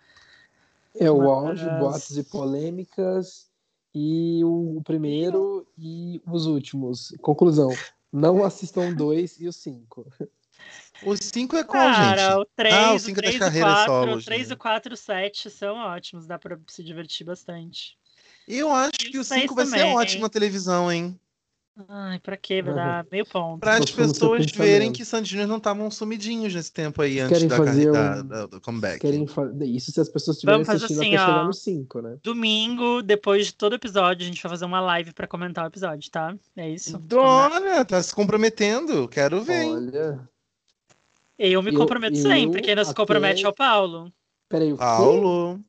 S3: É o
S2: Mas- ah,
S3: auge, boatos e polêmicas. E o o primeiro e os últimos. Conclusão. Não assistam o dois e o cinco.
S1: O 5 é qual,
S2: Cara,
S1: gente?
S2: o 3,
S1: Ah, o
S2: o
S1: cinco das
S2: 3 e
S1: carreiras
S2: 4,
S1: solos,
S2: o 3
S1: né?
S2: e 4 e 7 são ótimos, dá pra se divertir bastante.
S1: Eu acho que o
S2: Isso aí
S1: 5 vai ser
S2: também,
S1: ótimo
S2: hein?
S1: na televisão, hein?
S2: Ai, pra quê? Vai
S3: Uhum.
S2: dar meio ponto.
S1: Para as
S3: Profundo seu
S1: pessoas verem
S3: pensamento.
S1: que Sandy Júnior não estavam sumidinhos nesse tempo aí
S3: Vocês
S1: antes
S3: querem
S1: da, carre-
S3: fazer
S1: da-
S3: um-
S1: da- do comeback.
S3: Querem fa- Isso se as pessoas estiverem
S2: Vamos fazer
S3: assistindo
S2: assim,
S3: até chegar
S2: ó.
S3: no cinco, né?
S2: Domingo, depois de todo episódio, a gente vai fazer uma live pra comentar o episódio, tá? É isso.
S1: Dona, tá se comprometendo. Quero ver, hein?
S3: Olha.
S2: Eu me
S3: Eu-
S2: comprometo
S3: eu
S2: sempre. Quem não se compromete
S3: até-
S2: é o Paulo.
S3: Peraí, o quê?
S1: Paulo.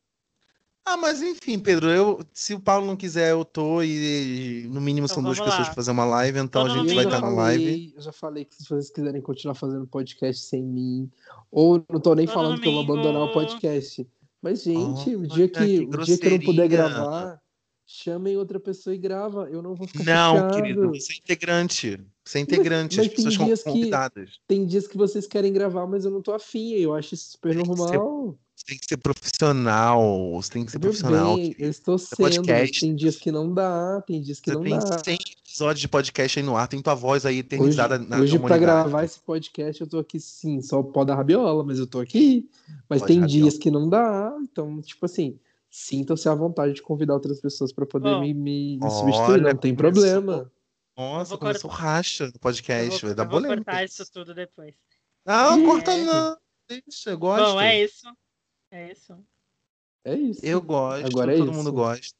S1: Ah, mas enfim, Pedro, eu, se o Paulo não quiser, eu tô e no mínimo
S2: Então
S1: são duas
S2: vamos
S1: pessoas
S2: lá.
S1: pra fazer uma live, então
S2: Todo
S1: a gente
S2: mundo
S1: vai
S2: em
S1: estar
S2: grupo.
S1: na live.
S3: Eu já falei que se vocês quiserem continuar fazendo podcast sem mim, ou não tô nem
S2: Todo
S3: falando que eu vou
S2: domingo.
S3: abandonar o podcast. Mas, gente, o
S1: Olha,
S3: dia que,
S1: que
S3: o dia que eu não
S1: grosseria.
S3: puder gravar, chamem outra pessoa e grava. Eu não vou ficar
S1: Não,
S3: chateado.
S1: querido, você é integrante. Você é integrante,
S3: mas
S1: as pessoas
S3: tem
S1: são
S3: dias que-
S1: convidadas.
S3: Tem dias que vocês querem gravar, mas eu não tô afim. Eu acho isso super normal.
S1: Você tem que ser profissional. Você tem que ser
S3: Meu
S1: profissional.
S3: bem, eu
S1: querido.
S3: estou
S1: é
S3: sendo.
S1: podcast.
S3: Tem dias que não dá, tem dias que
S1: Você
S3: não
S1: tem
S3: dá.
S1: 100 episódios de podcast aí no ar, tem tua voz aí
S3: Hoje,
S1: eternizada na
S3: hoje pra
S1: comunidade.
S3: gravar esse podcast, eu tô aqui sim, só o pó da rabiola, mas eu tô aqui. Mas
S1: Pó de
S3: tem
S1: rabiola.
S3: dias que não dá, então, tipo assim, sintam-se à vontade de convidar outras pessoas pra poder
S2: Bom.
S3: me, me- me
S1: Olha,
S3: substituir, não tem
S1: começou.
S3: problema.
S1: Nossa,
S2: Eu vou
S1: começou o racha no
S2: Eu
S1: podcast,
S2: vou,
S1: É vai dar
S2: eu vou
S1: polêmica.
S2: cortar isso tudo depois.
S1: Não,
S3: É.
S1: corta não. Deixa, eu gosto.
S2: Bom, é isso. É isso.
S3: É isso.
S1: Eu gosto,
S3: Agora é
S1: todo
S3: isso.
S1: mundo gosta.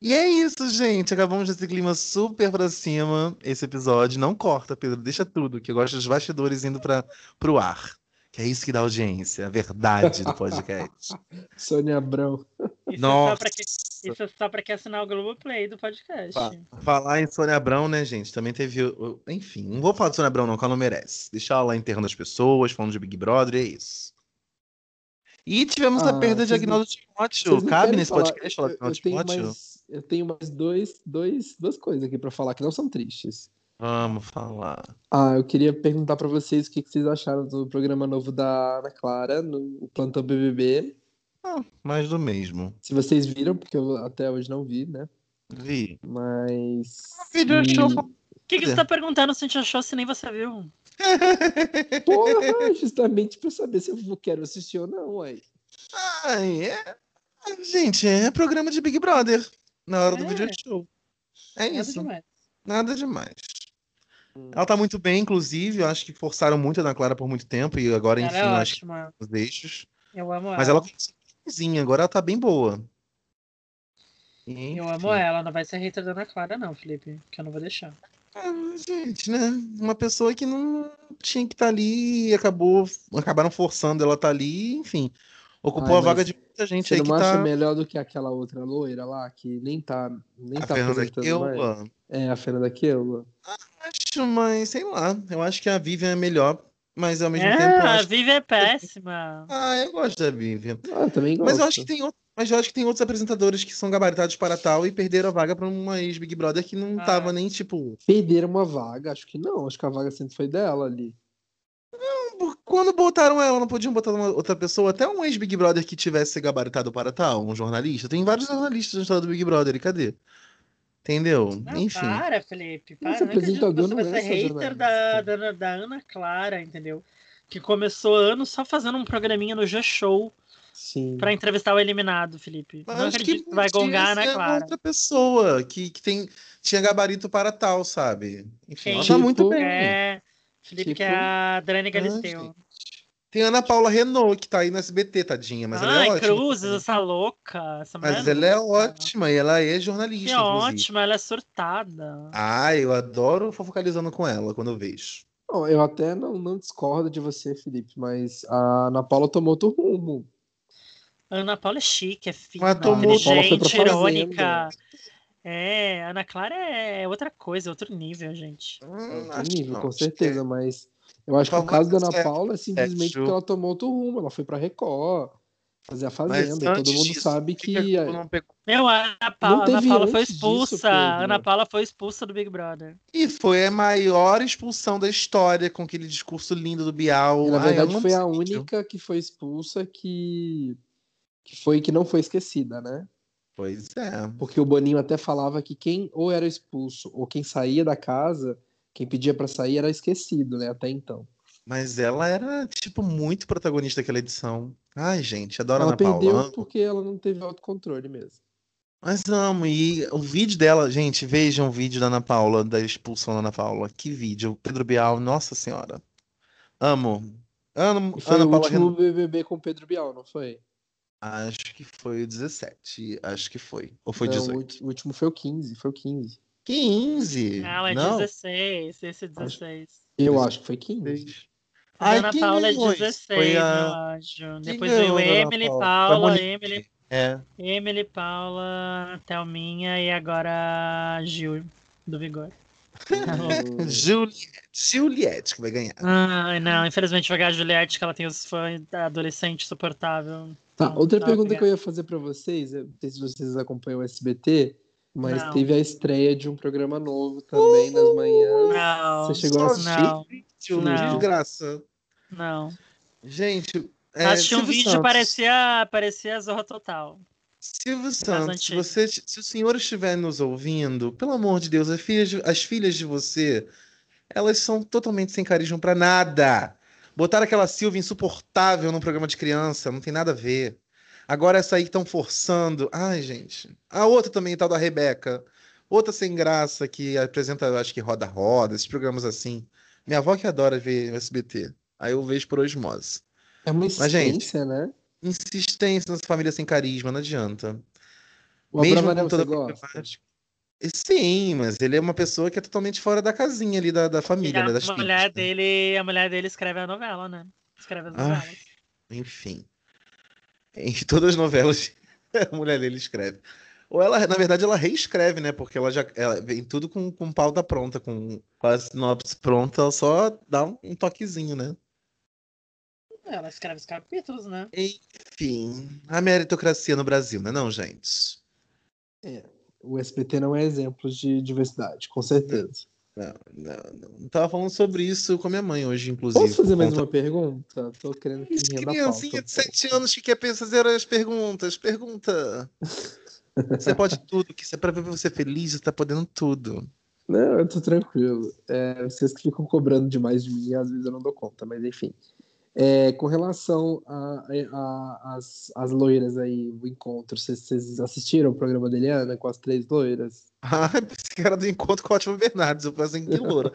S1: E é isso, gente. Acabamos desse clima super pra cima. Esse episódio não corta, Pedro. Deixa tudo, que eu gosto dos bastidores indo para pro ar. Que é isso que dá audiência, a verdade do podcast.
S3: Sônia Abrão.
S2: Isso é só
S1: Nossa. Tá.
S2: pra quem, isso é só pra quem assinar o Globoplay do podcast.
S1: Pá. Falar em Sônia Abrão, né, gente? Também teve. o- o- Enfim, não vou falar de Sônia Abrão, não, que ela não merece. Deixar ela lá enterrando as pessoas, falando de Big Brother, é isso. E tivemos a
S3: Ah,
S1: perda de
S3: vocês não-
S1: Agnaldo
S3: Vocês
S1: Timóteo.
S3: não
S1: Cabe
S3: querem
S1: nesse
S3: falar-
S1: podcast falar de
S3: eu, eu
S1: Agnaldo
S3: tenho
S1: Timóteo?
S3: mais, eu tenho mais dois, dois, duas coisas aqui pra falar que não são tristes.
S1: Vamos falar.
S3: Ah, eu queria perguntar pra vocês o que, que vocês acharam do programa novo da Ana Clara, no Plantão BBB.
S1: Mais do mesmo.
S3: Se vocês viram, porque eu até hoje não vi, né?
S1: Vi.
S3: Mas.
S1: Vídeo
S2: Hum.
S1: achou
S2: O que, que você tá perguntando se a gente achou se nem você viu?
S3: E,
S1: (laughs)
S3: Porra, é justamente pra saber se eu vou- quero assistir ou não, ué.
S1: Ai, é... Gente, é programa de Big Brother. Na hora do
S2: É.
S1: vídeo show. É
S2: Nada
S1: isso.
S2: demais.
S1: Nada demais.
S3: Hum.
S1: Ela tá muito bem, inclusive. Eu acho que forçaram muito a Ana Clara por muito tempo. E agora, enfim,
S2: Ela é
S1: eu acho que
S2: ótima.
S1: os eixos.
S2: Eu amo
S1: Mas
S2: ela.
S1: ela é começou sozinha, agora ela tá bem boa. Enfim.
S2: Eu amo ela. Não vai ser hater da Ana Clara, não, Felipe. Que eu não vou deixar.
S1: Ah, Gente, né? Uma pessoa que não tinha que estar ali e acabou, acabaram forçando ela estar ali, enfim. Ocupou
S3: Ai,
S1: a vaga
S3: mas
S1: de muita gente
S3: Você
S1: aí
S3: não
S1: que
S3: acha
S1: tá.
S3: melhor do que aquela outra loira lá, que nem tá, nem
S1: A
S3: tá
S1: Fernanda
S3: apresentando mais?
S1: Keula.
S3: É, a Fernanda Keula.
S1: Acho, mas sei lá. Eu acho que a Vivian é melhor, mas ao mesmo
S2: ah,
S1: tempo eu
S2: a
S1: acho.
S2: Vivi é péssima.
S1: Ah, eu gosto da Vivian.
S3: Ah, eu também gosto.
S1: Mas eu acho que tem outro- Mas eu acho que tem outros apresentadores que são gabaritados para tal e perderam a vaga para uma ex-Big Brother que não
S2: Ah.
S1: tava nem tipo.
S3: Perderam uma vaga? Acho que não. Acho que a vaga sempre foi dela ali.
S1: Quando botaram ela, não podiam botar uma outra pessoa, até um ex-Big Brother que tivesse gabaritado para tal, um jornalista. Tem vários jornalistas na história do Big Brother, e cadê? Entendeu?
S2: Não,
S1: Enfim.
S2: para, Felipe. Para.
S3: Esse
S2: Não acredito que
S3: apresentador
S2: você
S3: não
S2: vai ser
S3: é essa
S2: hater da, da,
S3: jornalista.
S2: da Ana Clara, entendeu? Que começou ano só fazendo um programinha no G-Show
S3: Sim.
S2: pra entrevistar o eliminado, Felipe.
S1: Hum. Mas
S2: não
S1: acho
S2: acredito que, vai
S1: tinha
S2: gongar a
S1: que
S2: Ana
S1: ser
S2: Clara.
S1: outra pessoa que, que tem, tinha gabarito para tal, sabe? Enfim, ela
S2: Tipo,
S1: tá muito bem.
S2: É, Felipe, que um é
S3: Tipo,
S2: a Adriane
S1: ah,
S2: Galisteu.
S1: gente, Tem a Ana Paula Renault, que tá aí no SBT, tadinha, mas ela é
S2: Ai,
S1: ótima.
S2: Cruzes, essa louca. Essa
S1: Mas
S2: mulher
S1: ela é
S2: louca.
S1: ótima e ela é
S2: Que
S1: jornalista, inclusive.
S2: ótima, ela é surtada.
S1: Ah, eu adoro fofocalizando com ela quando eu vejo.
S3: Não, eu até não, não discordo de você, Felipe, mas a Ana Paula tomou outro rumo.
S2: Ana Paula é chique, é fina,
S1: Mas tomou-
S3: Ana Paula foi pra
S2: inteligente,
S3: Fazenda.
S2: irônica. É, Ana Clara é outra coisa, outro nível, gente.
S3: É
S1: Hum,
S3: outro
S1: acho que
S3: nível,
S1: não,
S3: com
S1: acho que é.
S3: certeza, mas eu acho que o
S1: Vamos
S3: caso da Ana
S1: acertar,
S3: Paula é simplesmente
S1: Ju.
S3: porque ela tomou outro rumo. Ela foi pra Record fazer a
S1: é. Mas
S3: Fazenda. e todo
S1: antes
S3: mundo
S1: disso,
S3: sabe
S1: por
S3: que.
S1: a Globo é não pegou?
S2: Meu, a Ana Paula, Ana
S3: teve
S2: Paula foi
S3: antes disso,
S2: expulsa.
S3: Pedro.
S2: Ana Paula foi expulsa do Big Brother.
S1: E foi a maior expulsão da história com aquele discurso lindo do Bial.
S3: E, na
S1: Ai, eu
S3: verdade,
S1: amo
S3: foi a
S1: esse vídeo.
S3: única que foi expulsa que. Que foi que não foi esquecida, né?
S1: Pois é.
S3: Porque o Boninho até falava que quem ou era expulso ou quem saía da casa, quem pedia pra sair era esquecido, né? Até então.
S1: Mas ela era, tipo, muito protagonista daquela edição. Ai, gente, adoro a
S3: ela
S1: Ana Paula.
S3: perdeu
S1: amo.
S3: porque ela não teve autocontrole mesmo.
S1: Mas amo. E o vídeo dela, gente, vejam o vídeo da Ana Paula, da expulsão da Ana Paula. Que vídeo. Pedro Bial, nossa senhora. Amo. Amo
S3: E foi
S1: Ana
S3: o
S1: Paula
S3: último BBB com o Pedro Bial, não foi?
S1: Acho que foi o 17. Acho que foi. Ou foi
S3: Não, É, o
S1: 18?
S3: ulti- O último foi o 15, foi o 15.
S1: 15?
S2: Não, é
S1: Não?
S2: 16, esse é 16.
S3: Eu
S1: Mas-
S3: acho que foi 15.
S2: A da
S1: Ai,
S2: Ana
S1: quem
S2: Paula é
S1: ganhou isso?
S2: 16,
S1: Foi a-
S2: eu acho.
S1: Quem
S2: Depois
S1: ganhou
S2: veio
S1: da Ana
S2: Emily,
S1: Paula? Foi a
S2: Paula,
S1: Monique.
S2: Emily,
S1: É. (laughs)
S2: Emily, Paula, Thelminha e agora Gil do Vigor.
S1: (laughs) Juliette. Juliette que vai ganhar.
S2: Ai, Ah, não, infelizmente jogar a Juliette, que ela tem os fãs adolescente insuportável.
S3: Tá, outra
S2: Tá,
S3: pergunta
S2: obrigado.
S3: que eu ia fazer pra vocês, eu não sei se vocês acompanham o SBT, mas
S2: Não.
S3: teve a estreia de um programa novo também nas manhãs.
S2: Não,
S3: Você chegou a
S1: só
S3: assistir?
S2: não,
S1: Vídeo
S2: Não.
S1: de graça.
S2: não.
S1: Gente, é,
S2: Assisti um
S1: Silvio
S2: vídeo
S1: Santos.
S2: parecia, parecia Zorra Total.
S1: Silvio Santos, se,
S2: antigas.
S1: você, se o senhor estiver nos ouvindo, pelo amor de Deus, as filhas, de- as filhas de você, elas são totalmente sem carisma pra nada. Botaram aquela Silvia insuportável num programa de criança, não tem nada a ver. Agora essa aí que estão forçando. Ai, gente. A outra também, tal da Rebeca. Outra sem graça que apresenta, eu acho que Roda Roda, esses programas assim. Minha avó que adora ver SBT. Aí eu vejo por osmose.
S3: É uma
S1: gente,
S3: insistência, né?
S1: Insistência nessa família sem carisma, não adianta.
S3: O
S1: mesmo
S3: Abravanel,
S1: com
S3: você
S1: toda a
S3: gosta?
S1: problemática. Sim, mas ele é uma pessoa que é totalmente fora da casinha ali da, da
S2: E
S1: família, né? Das
S2: a mulher
S1: filhas, né?
S2: dele, a mulher dele escreve a novela, né? Escreve as
S1: Ai.
S2: novelas.
S1: Enfim. Em todas as novelas, (laughs) a mulher dele escreve. Ou ela, na verdade, ela reescreve, né? Porque ela já ela vem tudo com, com pauta pronta, com, com a sinopse pronta, ela só dá um, um toquezinho, né?
S2: Ela escreve os capítulos, né?
S1: Enfim, a meritocracia no Brasil, né, não, gente?
S3: O SBT não é exemplo de diversidade, com certeza.
S1: Não, não, não. Tava falando sobre isso com a minha mãe hoje, inclusive.
S3: Posso fazer
S1: por
S3: mais
S1: conta-
S3: uma pergunta? Tô querendo que
S1: Isso,
S3: renda a pauta. um
S1: criancinha
S3: pouco.
S1: de 7 anos que quer fazer as perguntas. Pergunta. Você pode tudo, que isso é pra ver você feliz, você tá podendo tudo. (laughs)
S3: Não, eu tô tranquilo. É, vocês que ficam cobrando demais de mim, às vezes eu não dou conta, mas enfim. É, com relação às a, a- as- as loiras aí, o encontro, vocês, vocês assistiram o programa da Eliana com as três loiras?
S1: Ah, esse cara do encontro com a Fátima Bernardes, eu pensei que loura.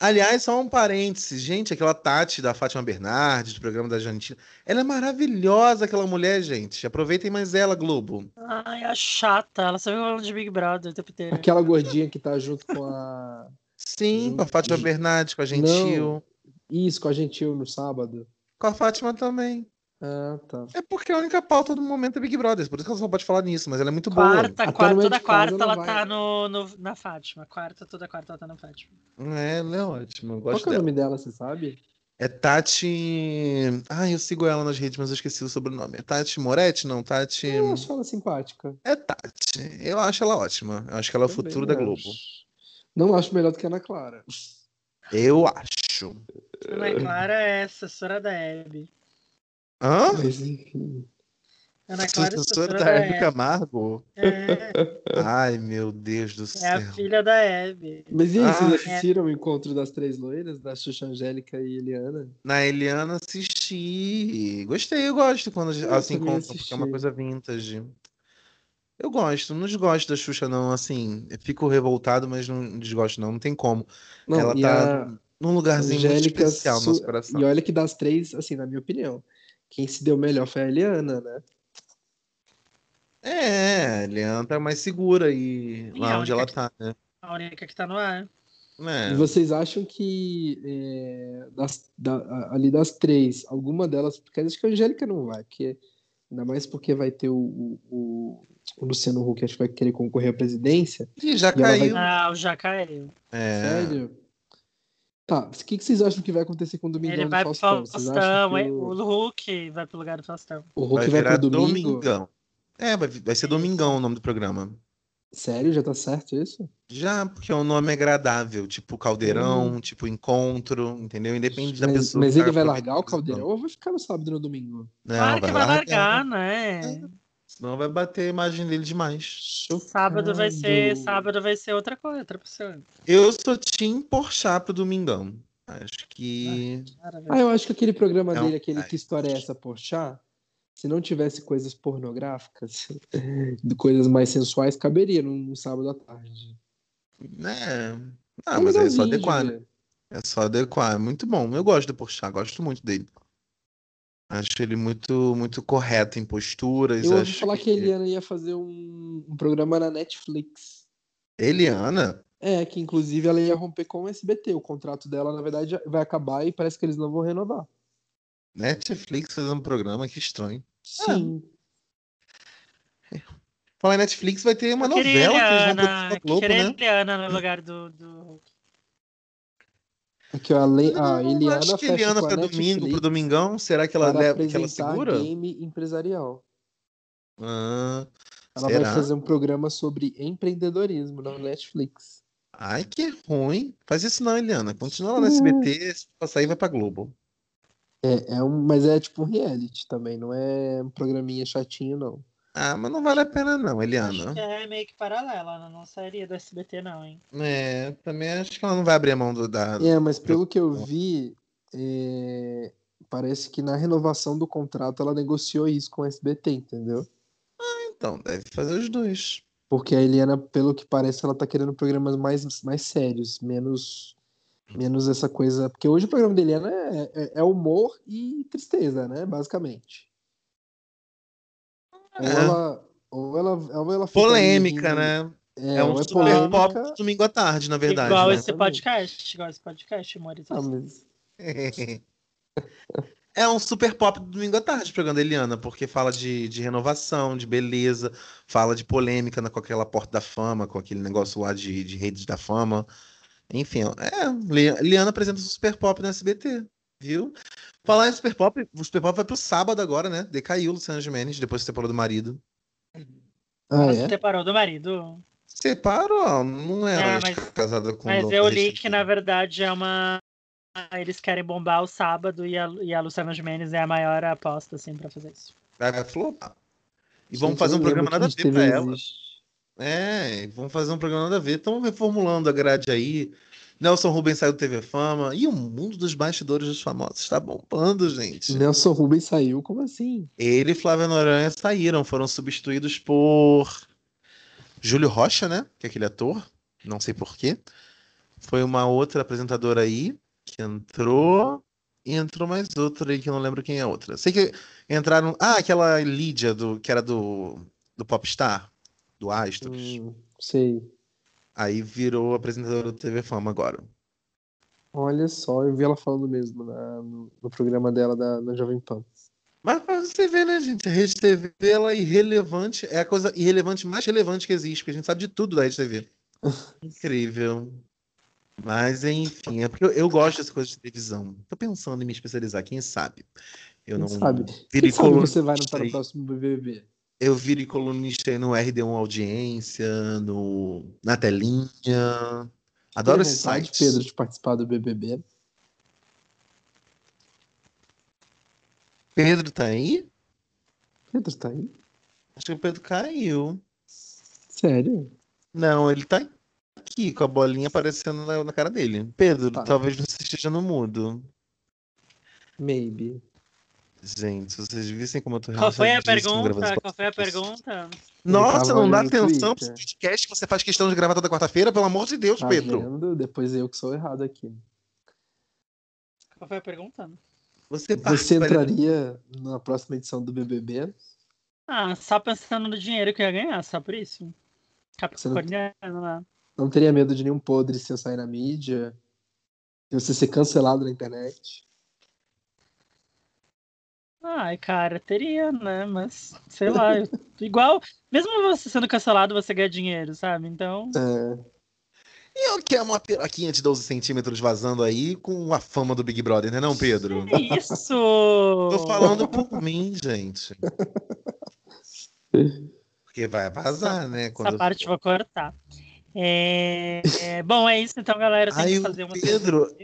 S1: Aliás, só um parêntese, gente, aquela Tati da Fátima Bernardes, do programa da Jantina, ela é maravilhosa, aquela mulher, gente. Aproveitem mais ela, Globo.
S2: Ai, a chata. Ela só vive falando de Big Brother o tempo inteiro.
S3: Aquela gordinha que tá junto com a.
S1: Sim, com a Fátima
S3: Hum.
S1: Bernardes, com a Gentil,
S3: Isso, com a Gentil no sábado.
S1: com a Fátima também.
S3: Ah, tá.
S1: É porque a única pauta do momento é Big Brother, por isso que ela só pode falar nisso, mas ela é muito boa.
S2: Quarta,
S3: Até
S2: quarta,
S3: no
S2: toda
S3: Edifaz
S2: quarta
S3: ela
S2: ela
S3: vai,
S2: tá
S3: né?
S2: no, no- na Fátima. Quarta, toda quarta ela tá na Fátima.
S1: É, ela é ótima, eu
S3: Qual
S1: gosto
S3: que é o
S1: dela.
S3: nome dela, você sabe?
S1: É Tati. Ah, eu sigo ela nas redes, mas eu esqueci o sobrenome. É Tati Moretti? Não, Tati.
S3: Eu acho ela simpática.
S1: É Tati. Eu acho ela ótima. Eu acho que ela é o
S3: Também
S1: futuro da
S3: acho.
S1: Globo.
S3: Não acho melhor do que a Ana Clara.
S1: Eu acho.
S2: Ana Clara é assessora da Hebe.
S1: Hã?
S3: Mas, enfim.
S2: Ana Clara é
S1: Sucessora
S2: assessora
S1: da
S2: da
S1: Hebe
S2: Hebe.
S1: Camargo?
S2: É,
S1: Ai, meu Deus do
S2: é a
S1: céu.
S2: filha da Hebe.
S3: Mas e aí, vocês
S1: Ah, é.
S3: assistiram o encontro das três loiras, da Xuxa Angélica e Eliana?
S1: Na Eliana assisti. Gostei, eu gosto quando as-
S3: Eu
S1: elas se
S3: também
S1: encontram, porque é uma
S3: assisti.
S1: coisa vintage. Eu gosto, não desgosto da Xuxa, não. Assim, eu fico revoltado, mas não desgosto, não. Não tem como.
S3: Não,
S1: Ela
S3: e
S1: tá
S3: a-
S1: Num lugarzinho muito
S3: Angélica
S1: especial no nosso
S3: Su-
S1: coração.
S3: E olha que das três, assim, na minha opinião, quem se deu melhor foi a Eliana, né?
S1: É, a Eliana tá mais segura e
S2: E é
S1: lá
S2: a
S1: onde
S2: única
S1: ela
S2: que-
S1: tá, né?
S2: A única que tá no ar.
S3: E
S1: É.
S3: vocês acham que é, das- da- a- ali das três, alguma delas, porque acho que a Angélica não vai, porque ainda mais porque vai ter o, o- o- o Luciano Huck, acho que vai querer concorrer à presidência.
S1: Ih, já
S3: E ela vai-
S1: caiu.
S2: Ah, o Jacaé.
S1: É.
S3: Sério? Tá, o que, que vocês acham que vai acontecer com o Domingão
S2: Ele
S3: do
S2: vai pro
S3: Faustão?
S2: Faustão,
S3: Vocês acham que
S2: é,
S3: o,
S2: o Hulk vai pro lugar do Faustão.
S3: o Huck vai,
S1: virar
S3: pro domingo?
S1: Domingão. É, vai, vai ser Domingão o nome do programa.
S3: Sério? Já tá certo isso?
S1: Já, porque o nome é agradável, tipo caldeirão, tipo encontro, entendeu? Independe da
S3: Hum. mas,
S1: pessoa.
S3: mas
S1: que
S3: ele
S1: tá
S3: vai largar o
S1: aproveitando.
S3: caldeirão ou vai ficar no sábado e no domingo?
S1: Não,
S2: claro que vai largar,
S1: É.
S2: né?
S1: Senão vai bater a imagem dele demais.
S2: Sábado vai ser,
S3: Chocado.
S2: sábado vai ser outra coisa, outra pessoa.
S1: Eu sou Tim Porchat pro Domingão. Acho que.
S2: Cara, velho.
S3: Ah, eu acho que aquele programa
S1: Não,
S3: dele, aquele
S1: ai.
S3: Que História é Essa, Porchat, se não tivesse coisas pornográficas, (laughs) de coisas mais sensuais, caberia num, num sábado à tarde.
S1: né? Ah,
S3: É
S1: mas aí é só
S3: legalzinho de
S1: adequar, né?
S3: ver.
S1: É só adequar. É muito bom. Eu gosto do Porchat, gosto muito dele. Acho ele muito, muito correto em posturas.
S3: Eu ouvi
S1: acho
S3: falar que... a Eliana ia fazer um, um programa na Netflix.
S1: Eliana?
S3: É, que inclusive ela ia romper com o SBT. O contrato dela, na verdade, vai acabar e parece que eles não vão
S1: É.
S3: renovar.
S1: Netflix fazendo um programa, que estranho.
S3: Sim.
S1: Falar em Netflix vai ter Ah, é uma
S2: Eu queria
S1: novela que eles vão
S2: Eliana,
S1: produzir na
S2: eu
S1: Globo,
S2: queria
S1: né?
S2: Eliana no lugar do, do...
S3: Porque é a, Le... a
S1: Não,
S3: Eliana
S1: acho que
S3: fecha
S1: Eliana
S3: com a
S1: pra domingo, pro
S3: Netflix
S1: domingão, será que ela
S3: para
S1: leva, que ela
S3: apresentar
S1: segura?
S3: game empresarial.
S1: Ah,
S3: Ela
S1: Será?
S3: vai fazer um programa sobre empreendedorismo na Netflix.
S1: ai, que ruim. Faz isso não, Eliana. Continua lá no SBT, se passar aí vai pra Globo.
S3: É, é um, mas é tipo um reality também, não é um programinha chatinho, não.
S1: Ah, mas não vale a pena não,
S2: Acho que
S1: Eliana.
S2: é meio que paralela, não- não sairia do SBT não, hein?
S1: É, também acho que ela não vai abrir a mão do da...
S3: É, mas pelo que eu vi, é, parece que na renovação do contrato ela negociou isso com o SBT, entendeu?
S1: Então, deve fazer os dois.
S3: Porque a Eliana, pelo que parece, ela tá querendo programas mais, mais sérios, menos menos essa coisa. Porque hoje o programa da Eliana é, é- é humor e tristeza, né? Basicamente. Ou
S1: É.
S3: ela. Ou ela, ou ela fica ali
S1: Polêmica,
S3: rindo-
S1: né?
S3: É,
S1: É, um
S3: ou é
S1: super pop
S3: polêmica.
S1: do domingo à tarde, na verdade,
S2: igual
S1: né?
S2: esse podcast, igual esse podcast, Maurício.
S3: Ah, mas
S1: (laughs) É um super pop do domingo à tarde, programa da Eliana, porque fala de, de renovação, de beleza, fala de polêmica na, com aquela porta da fama, com aquele negócio lá de, de redes da fama. Enfim, é, Le- Eliana apresenta o super pop no SBT, viu? Falar em super pop, o super pop vai pro sábado agora, né? Decaiu o Luciano Gimenez, depois que separou do marido.
S3: Ah,
S2: Você
S3: é?
S2: separou do marido?
S1: Separou, não era
S2: É, mas-
S1: casada com
S2: Mas
S1: Dom
S2: eu li
S1: Restrepo.
S2: que, na verdade, é uma. Eles querem bombar o sábado e a, e a Luciana Gimenez é a maior aposta, assim, pra fazer isso.
S1: Vai flopar. E
S3: Gente,
S1: vamos fazer
S3: eu
S1: um
S3: não
S1: programa
S3: lembro
S1: nada a
S3: que
S1: ver pra
S3: TV
S1: ela.
S3: existe.
S1: um É, vamos fazer um programa nada a ver. Estão reformulando a grade aí. Nelson Rubens saiu do TV Fama. E o mundo dos bastidores dos famosos está bombando, gente.
S3: Nelson Rubens saiu, como assim?
S1: Ele e Flávia Noronha saíram, foram substituídos por Júlio Rocha, né? Que é aquele ator, não sei porquê. Foi uma outra apresentadora aí que entrou. E entrou mais outra aí que eu não lembro quem é a outra. Sei que entraram. Ah, aquela Lídia, do, que era do, do Popstar, do Astros.
S3: Hum, sei.
S1: Aí virou apresentadora do TV Fama agora.
S3: Olha só, eu vi ela falando mesmo na- no, no programa dela da, na Jovem Pan.
S1: Mas pra você vê, né, gente? A Rede TV ela é irrelevante, é a coisa irrelevante mais relevante que existe, porque a gente sabe de tudo da Rede
S3: (laughs)
S1: TV. Incrível. Mas, enfim, é porque eu, eu gosto dessa coisa de televisão. Tô pensando em me especializar, quem sabe? Eu
S3: Quem
S1: não
S3: sabe?
S1: virei
S3: Quem sabe você
S1: colunista
S3: vai tá no, para
S1: aí.
S3: o próximo BBB?
S1: Eu virei colunista aí no RD1 Audiência, no, na telinha. Adoro
S3: Tem
S1: esse
S3: vontade,
S1: site.
S3: Pedro, de participar do BBB.
S1: Pedro tá aí?
S3: Pedro tá aí?
S1: Acho que o Pedro caiu.
S3: Sério?
S1: Não, ele tá aqui, com a bolinha aparecendo na, na cara dele. Pedro,
S3: Tá.
S1: talvez você esteja no mudo.
S3: Maybe.
S1: Gente, se vocês vissem como eu tô
S2: Qual foi a
S1: relaxadíssimo gravando esse
S2: pergunta? Qual foi a
S1: podcast.
S2: pergunta?
S1: Nossa,
S3: Ele tava
S1: não dá
S3: olhando no
S1: atenção pro
S3: Twitter.
S1: podcast que você faz questão de gravar toda quarta-feira, pelo amor de Deus,
S3: Tá
S1: Pedro.
S3: vendo? Depois eu que sou errado aqui.
S2: Qual foi a pergunta?
S1: Você, tá né?
S3: Você
S1: participa-
S3: entraria na próxima edição do BBB?
S2: Ah, só pensando no dinheiro que eu ia ganhar, só por isso. Capricorniano lá.
S3: Não teria medo de nenhum podre se eu sair na mídia? Se você ser cancelado na internet?
S2: Ai, cara, teria, né? Mas, sei lá, eu- igual, mesmo você sendo cancelado, você ganha dinheiro, sabe? Então,
S3: É,
S1: E eu que é uma piroquinha de 12 centímetros vazando aí com a fama do Big Brother, né não, Pedro?
S2: é isso!
S1: (laughs) Tô falando por mim,
S3: (laughs)
S1: gente. Porque vai vazar, né?
S2: Essa
S1: Quando...
S2: parte eu vou cortar. É, é, bom, é isso então, galera. Eu tenho
S1: Ai,
S2: que
S1: o
S2: fazer uma
S1: Pedro-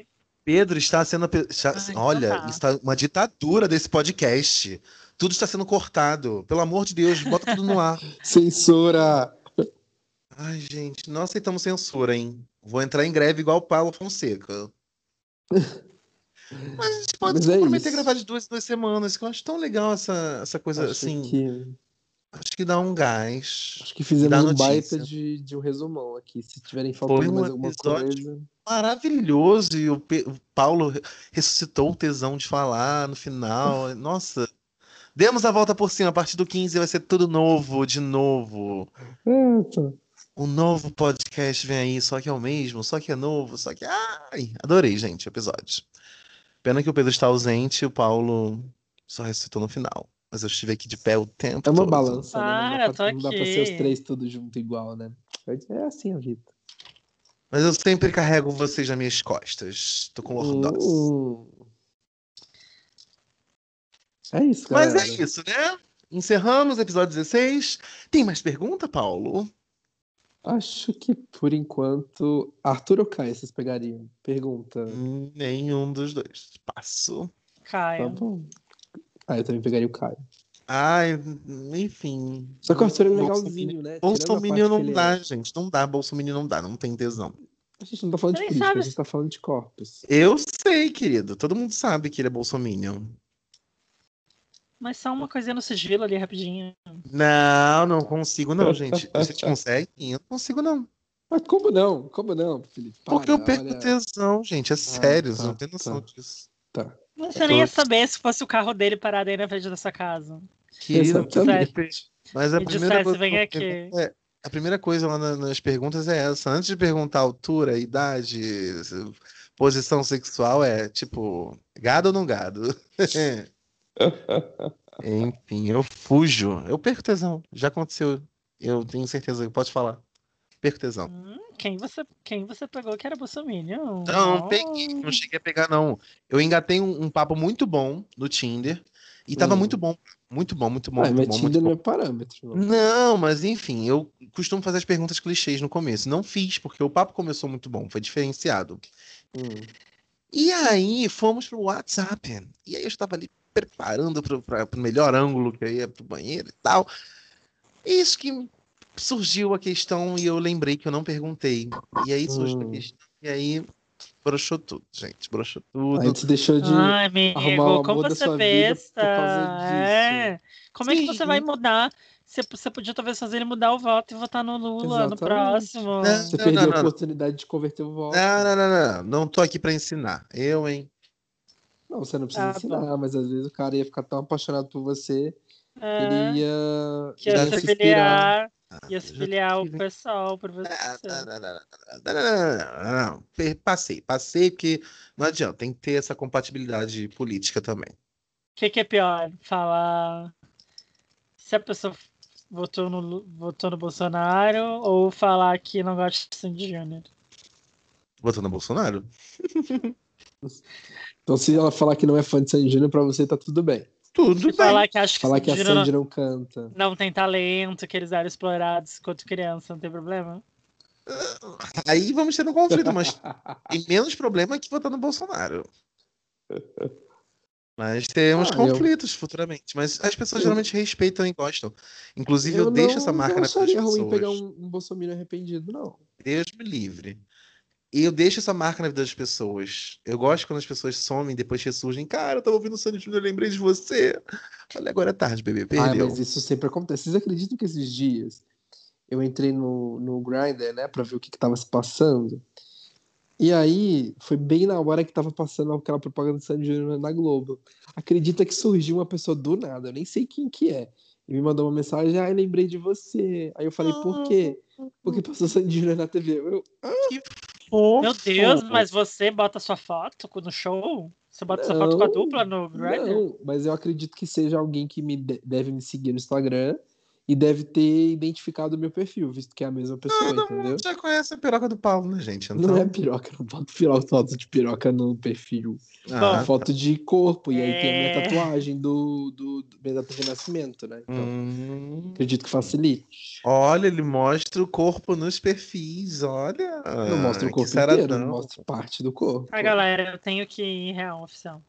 S1: Pedro está sendo. a pe- está-
S2: Ai,
S1: Olha,
S2: tá.
S1: está uma ditadura desse podcast. Tudo está sendo cortado. Pelo amor de Deus, bota tudo no ar.
S2: (laughs)
S3: Censura!
S1: Ai, gente, não aceitamos censura, hein? Vou entrar em greve igual o Paulo Fonseca. Mas a gente pode
S3: Mas
S1: se
S3: é
S1: comprometer a
S3: isso.
S1: gravar de duas em duas semanas, que eu acho tão legal essa, essa coisa,
S3: Acho,
S1: assim.
S3: que,
S1: Acho que dá um gás.
S3: acho que
S1: dá
S3: fizemos um
S1: notícia.
S3: baita de, de um resumão aqui. Se tiverem faltando
S1: um
S3: mais alguma
S1: episódio
S3: coisa.
S1: Maravilhoso. E o, Pe- o Paulo ressuscitou o tesão de falar no
S3: (laughs)
S1: final. Nossa. Demos a volta por cima. A partir do 15 vai ser tudo novo, de novo.
S3: É, tá.
S1: Um novo podcast vem aí, só que é o mesmo, só que é novo, só que. Ai! Adorei, gente, o episódio. Pena que o Pedro está ausente e o Paulo só ressuscitou no final. Mas eu estive aqui de pé o tempo.
S3: É uma
S1: todo.
S3: balança, né?
S2: Para,
S3: Não dá, pra,
S2: tô
S3: não dá pra
S2: aqui.
S3: ser os três todos junto igual, né? É assim a vida.
S1: Mas eu sempre carrego vocês nas minhas costas. Tô com
S3: Uh.
S1: lordose.
S3: Hum. É isso,
S1: Mas
S3: galera.
S1: é isso, né? Encerramos o episódio 16. Tem mais pergunta, Paulo?
S3: Acho que por enquanto, Arthur ou Caio vocês pegariam? Pergunta.
S1: Hum, Nenhum dos dois. Passo.
S3: Tá
S2: Caia.
S3: bom. Ah, eu também pegaria o Caio.
S1: Ai, enfim.
S3: Só que o Arthur é
S1: Bolsominion-
S3: legalzinho, né? Tirando a
S1: Bolsominion
S3: parte
S1: não
S3: que ele é-
S1: dá, gente. Não dá, Bolsominion não dá, não tem tesão.
S3: A gente não tá falando de
S2: Ele
S3: política,
S2: sabe-
S3: a gente tá falando de corpos.
S1: Eu sei, querido. Todo mundo sabe que ele é bolsominion.
S2: Mas só uma coisinha no sigilo ali, rapidinho.
S1: Não, não consigo não,
S3: (laughs)
S1: gente. Vocês conseguem? Eu não consigo não.
S3: Mas como não? Como não, Felipe? Para,
S1: Porque eu perco
S3: olha.
S1: tesão, gente. É sério,
S3: tá,
S1: você não tem noção disso.
S2: Você nem ia saber se fosse o carro dele parado aí na frente da sua casa.
S1: Querido,
S3: Exatamente.
S1: mas é a
S2: Me
S1: primeira
S2: dissesse,
S1: coisa...
S2: vem
S1: que eu
S2: aqui.
S1: pergunto é- a primeira coisa lá na- nas perguntas é essa. Antes de perguntar altura, idade, posição sexual, é tipo, gado ou não
S3: (laughs)
S1: gado? Enfim, eu fujo. Eu perco tesão. Já aconteceu. Eu tenho certeza. Pode falar. Perco tesão.
S2: Hum, quem, você, quem você pegou que era Bolsominion?
S1: Não,
S2: Oh.
S1: peguei, não cheguei a pegar, não. Eu engatei um, um papo muito bom no Tinder. E tava
S3: Hum.
S1: muito bom. Muito bom, muito bom,
S3: Ah,
S1: muito
S3: mas
S1: bom, muito
S3: Tinder não
S1: bom.
S3: é parâmetro. não.
S1: Não, mas enfim, eu costumo fazer as perguntas clichês no começo. Não fiz, porque o papo começou muito bom, foi diferenciado.
S3: Hum.
S1: E aí fomos pro WhatsApp. E aí eu estava ali preparando pro, pra, pro melhor ângulo, que eu ia pro banheiro e tal. E isso que surgiu a questão e eu lembrei que eu não perguntei. E aí surgiu a
S3: Hum.
S1: questão e aí broxou tudo, gente. Broxou tudo.
S3: Aí você deixou de.
S2: Ai,
S3: arrumar o
S2: amigo, como
S3: amor da
S2: você
S3: sua
S2: é
S3: vida
S2: besta.
S3: por causa disso.
S2: É. Como é que você
S1: Sim.
S2: vai mudar? Você, você podia talvez fazer ele mudar o voto e votar no Lula no
S3: Exatamente.
S2: próximo.
S1: Né?
S3: Você
S1: Não, não,
S3: perdeu
S1: não,
S3: a
S1: não.
S3: oportunidade de converter o voto.
S1: Não, não, não, não. Não tô aqui pra ensinar. Eu, hein?
S3: Não, você não precisa
S2: Ah, tá.
S3: ensinar, mas às vezes o cara ia ficar tão apaixonado por você que
S2: É,
S3: ele ia.
S2: que ia
S1: dá
S2: se
S1: pra
S3: inspirar. Ah,
S2: filiar, ia se
S1: já
S2: filiar o
S1: tive.
S2: pessoal por você.
S1: Ah, não, não, não, não, não, não, não, não, não, não. Per- Passei, passei, porque não adianta, tem que ter essa compatibilidade política também.
S2: O que, que é pior? Falar se a pessoa votou no, Lu- votou no Bolsonaro ou falar que não gosta de Sandy Júnior?
S1: Votando no Bolsonaro?
S3: Então, se ela falar que não é fã de Sandy Júnior, pra você tá tudo bem.
S1: Tudo
S2: E
S1: bem.
S2: falar que acha que
S3: Falar que é a
S2: Sandy Júnior
S3: Sandy não canta.
S2: não, não tem talento, que eles eram explorados quando criança, não tem problema?
S1: Aí vamos ter um
S3: (laughs)
S1: conflito, mas tem menos problema que votar no Bolsonaro. Mas teremos
S3: Ah, eu-
S1: conflitos futuramente. Mas as pessoas
S3: Eu-
S1: geralmente respeitam e gostam. Inclusive, eu,
S3: não-
S1: deixo essa marca
S3: não
S1: na vida das
S3: acharia ruim
S1: pessoas.
S3: pegar um, um bolsominion arrependido, não.
S1: Deus me livre. E eu deixo essa marca na vida das pessoas. Eu gosto quando as pessoas somem e depois ressurgem. Cara, eu tava ouvindo o Sandy Júnior, eu lembrei de você. Olha, agora é tarde, bebê.
S3: Ah,
S1: Perdeu.
S3: mas isso sempre acontece. Vocês acreditam que esses dias eu entrei no, no Grindr, né, pra ver o que, que tava se passando? E aí, foi bem na hora que tava passando aquela propaganda de Sandy Júnior na Globo. Acredita que surgiu uma pessoa do nada, eu nem sei quem que é. E me mandou uma mensagem, ah, eu lembrei de você. Aí eu falei, por quê? Porque passou Sandy Júnior na TV. Eu,
S2: Meu Deus, mas você bota sua foto no show? Você bota sua foto com a
S3: Não,
S2: dupla no Grindr?
S3: Não, mas eu acredito que seja alguém que me de- deve me seguir no Instagram e deve ter identificado o meu perfil, visto que é a mesma pessoa,
S1: Todo
S3: entendeu?
S1: mundo já conhece a piroca do Paulo, né, gente?
S3: Não é piroca, não boto fila- foto de piroca no perfil.
S1: Ah,
S3: É foto de corpo, e aí tem a
S2: É.
S3: minha tatuagem do, do, do minha data de nascimento, né? Então,
S1: hum.
S3: acredito que facilite.
S1: Olha, ele mostra o corpo nos perfis, olha.
S3: Eu mostro o
S1: É, que
S3: corpo
S1: saradão.
S3: inteiro, eu mostro parte do corpo.
S2: Ah, galera, eu tenho que ir real oficial.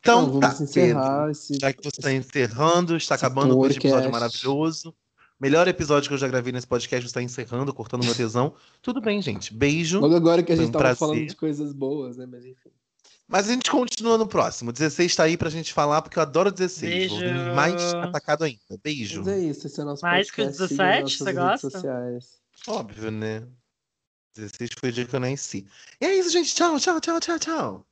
S1: Então,
S3: vamos
S1: tá,
S3: encerrar esse...
S1: Pedro, já que você está encerrando, está
S3: esse
S1: acabando com esse episódio
S3: podcast.
S1: maravilhoso. Melhor episódio que eu já gravei nesse podcast, você está encerrando, cortando meu tesão. Tudo bem, gente. Beijo.
S3: Logo agora que a
S1: Foi
S3: gente
S1: um
S3: tava
S1: prazer.
S3: falando de coisas boas, né? Mas enfim.
S1: Mas a gente continua no próximo. O 16 está aí pra gente falar, porque eu adoro o 16. Vou vir
S2: Beijo.
S1: mais atacado ainda. Beijo.
S3: Mas é isso, esse é o nosso
S2: Mais que o
S3: podcast. sigam
S2: 17,
S3: nossas
S2: você
S3: redes
S2: gosta?
S3: Sociais.
S1: Óbvio, né? 16 foi o dia que eu nasci. E é isso, gente. Tchau, tchau, tchau, tchau, tchau.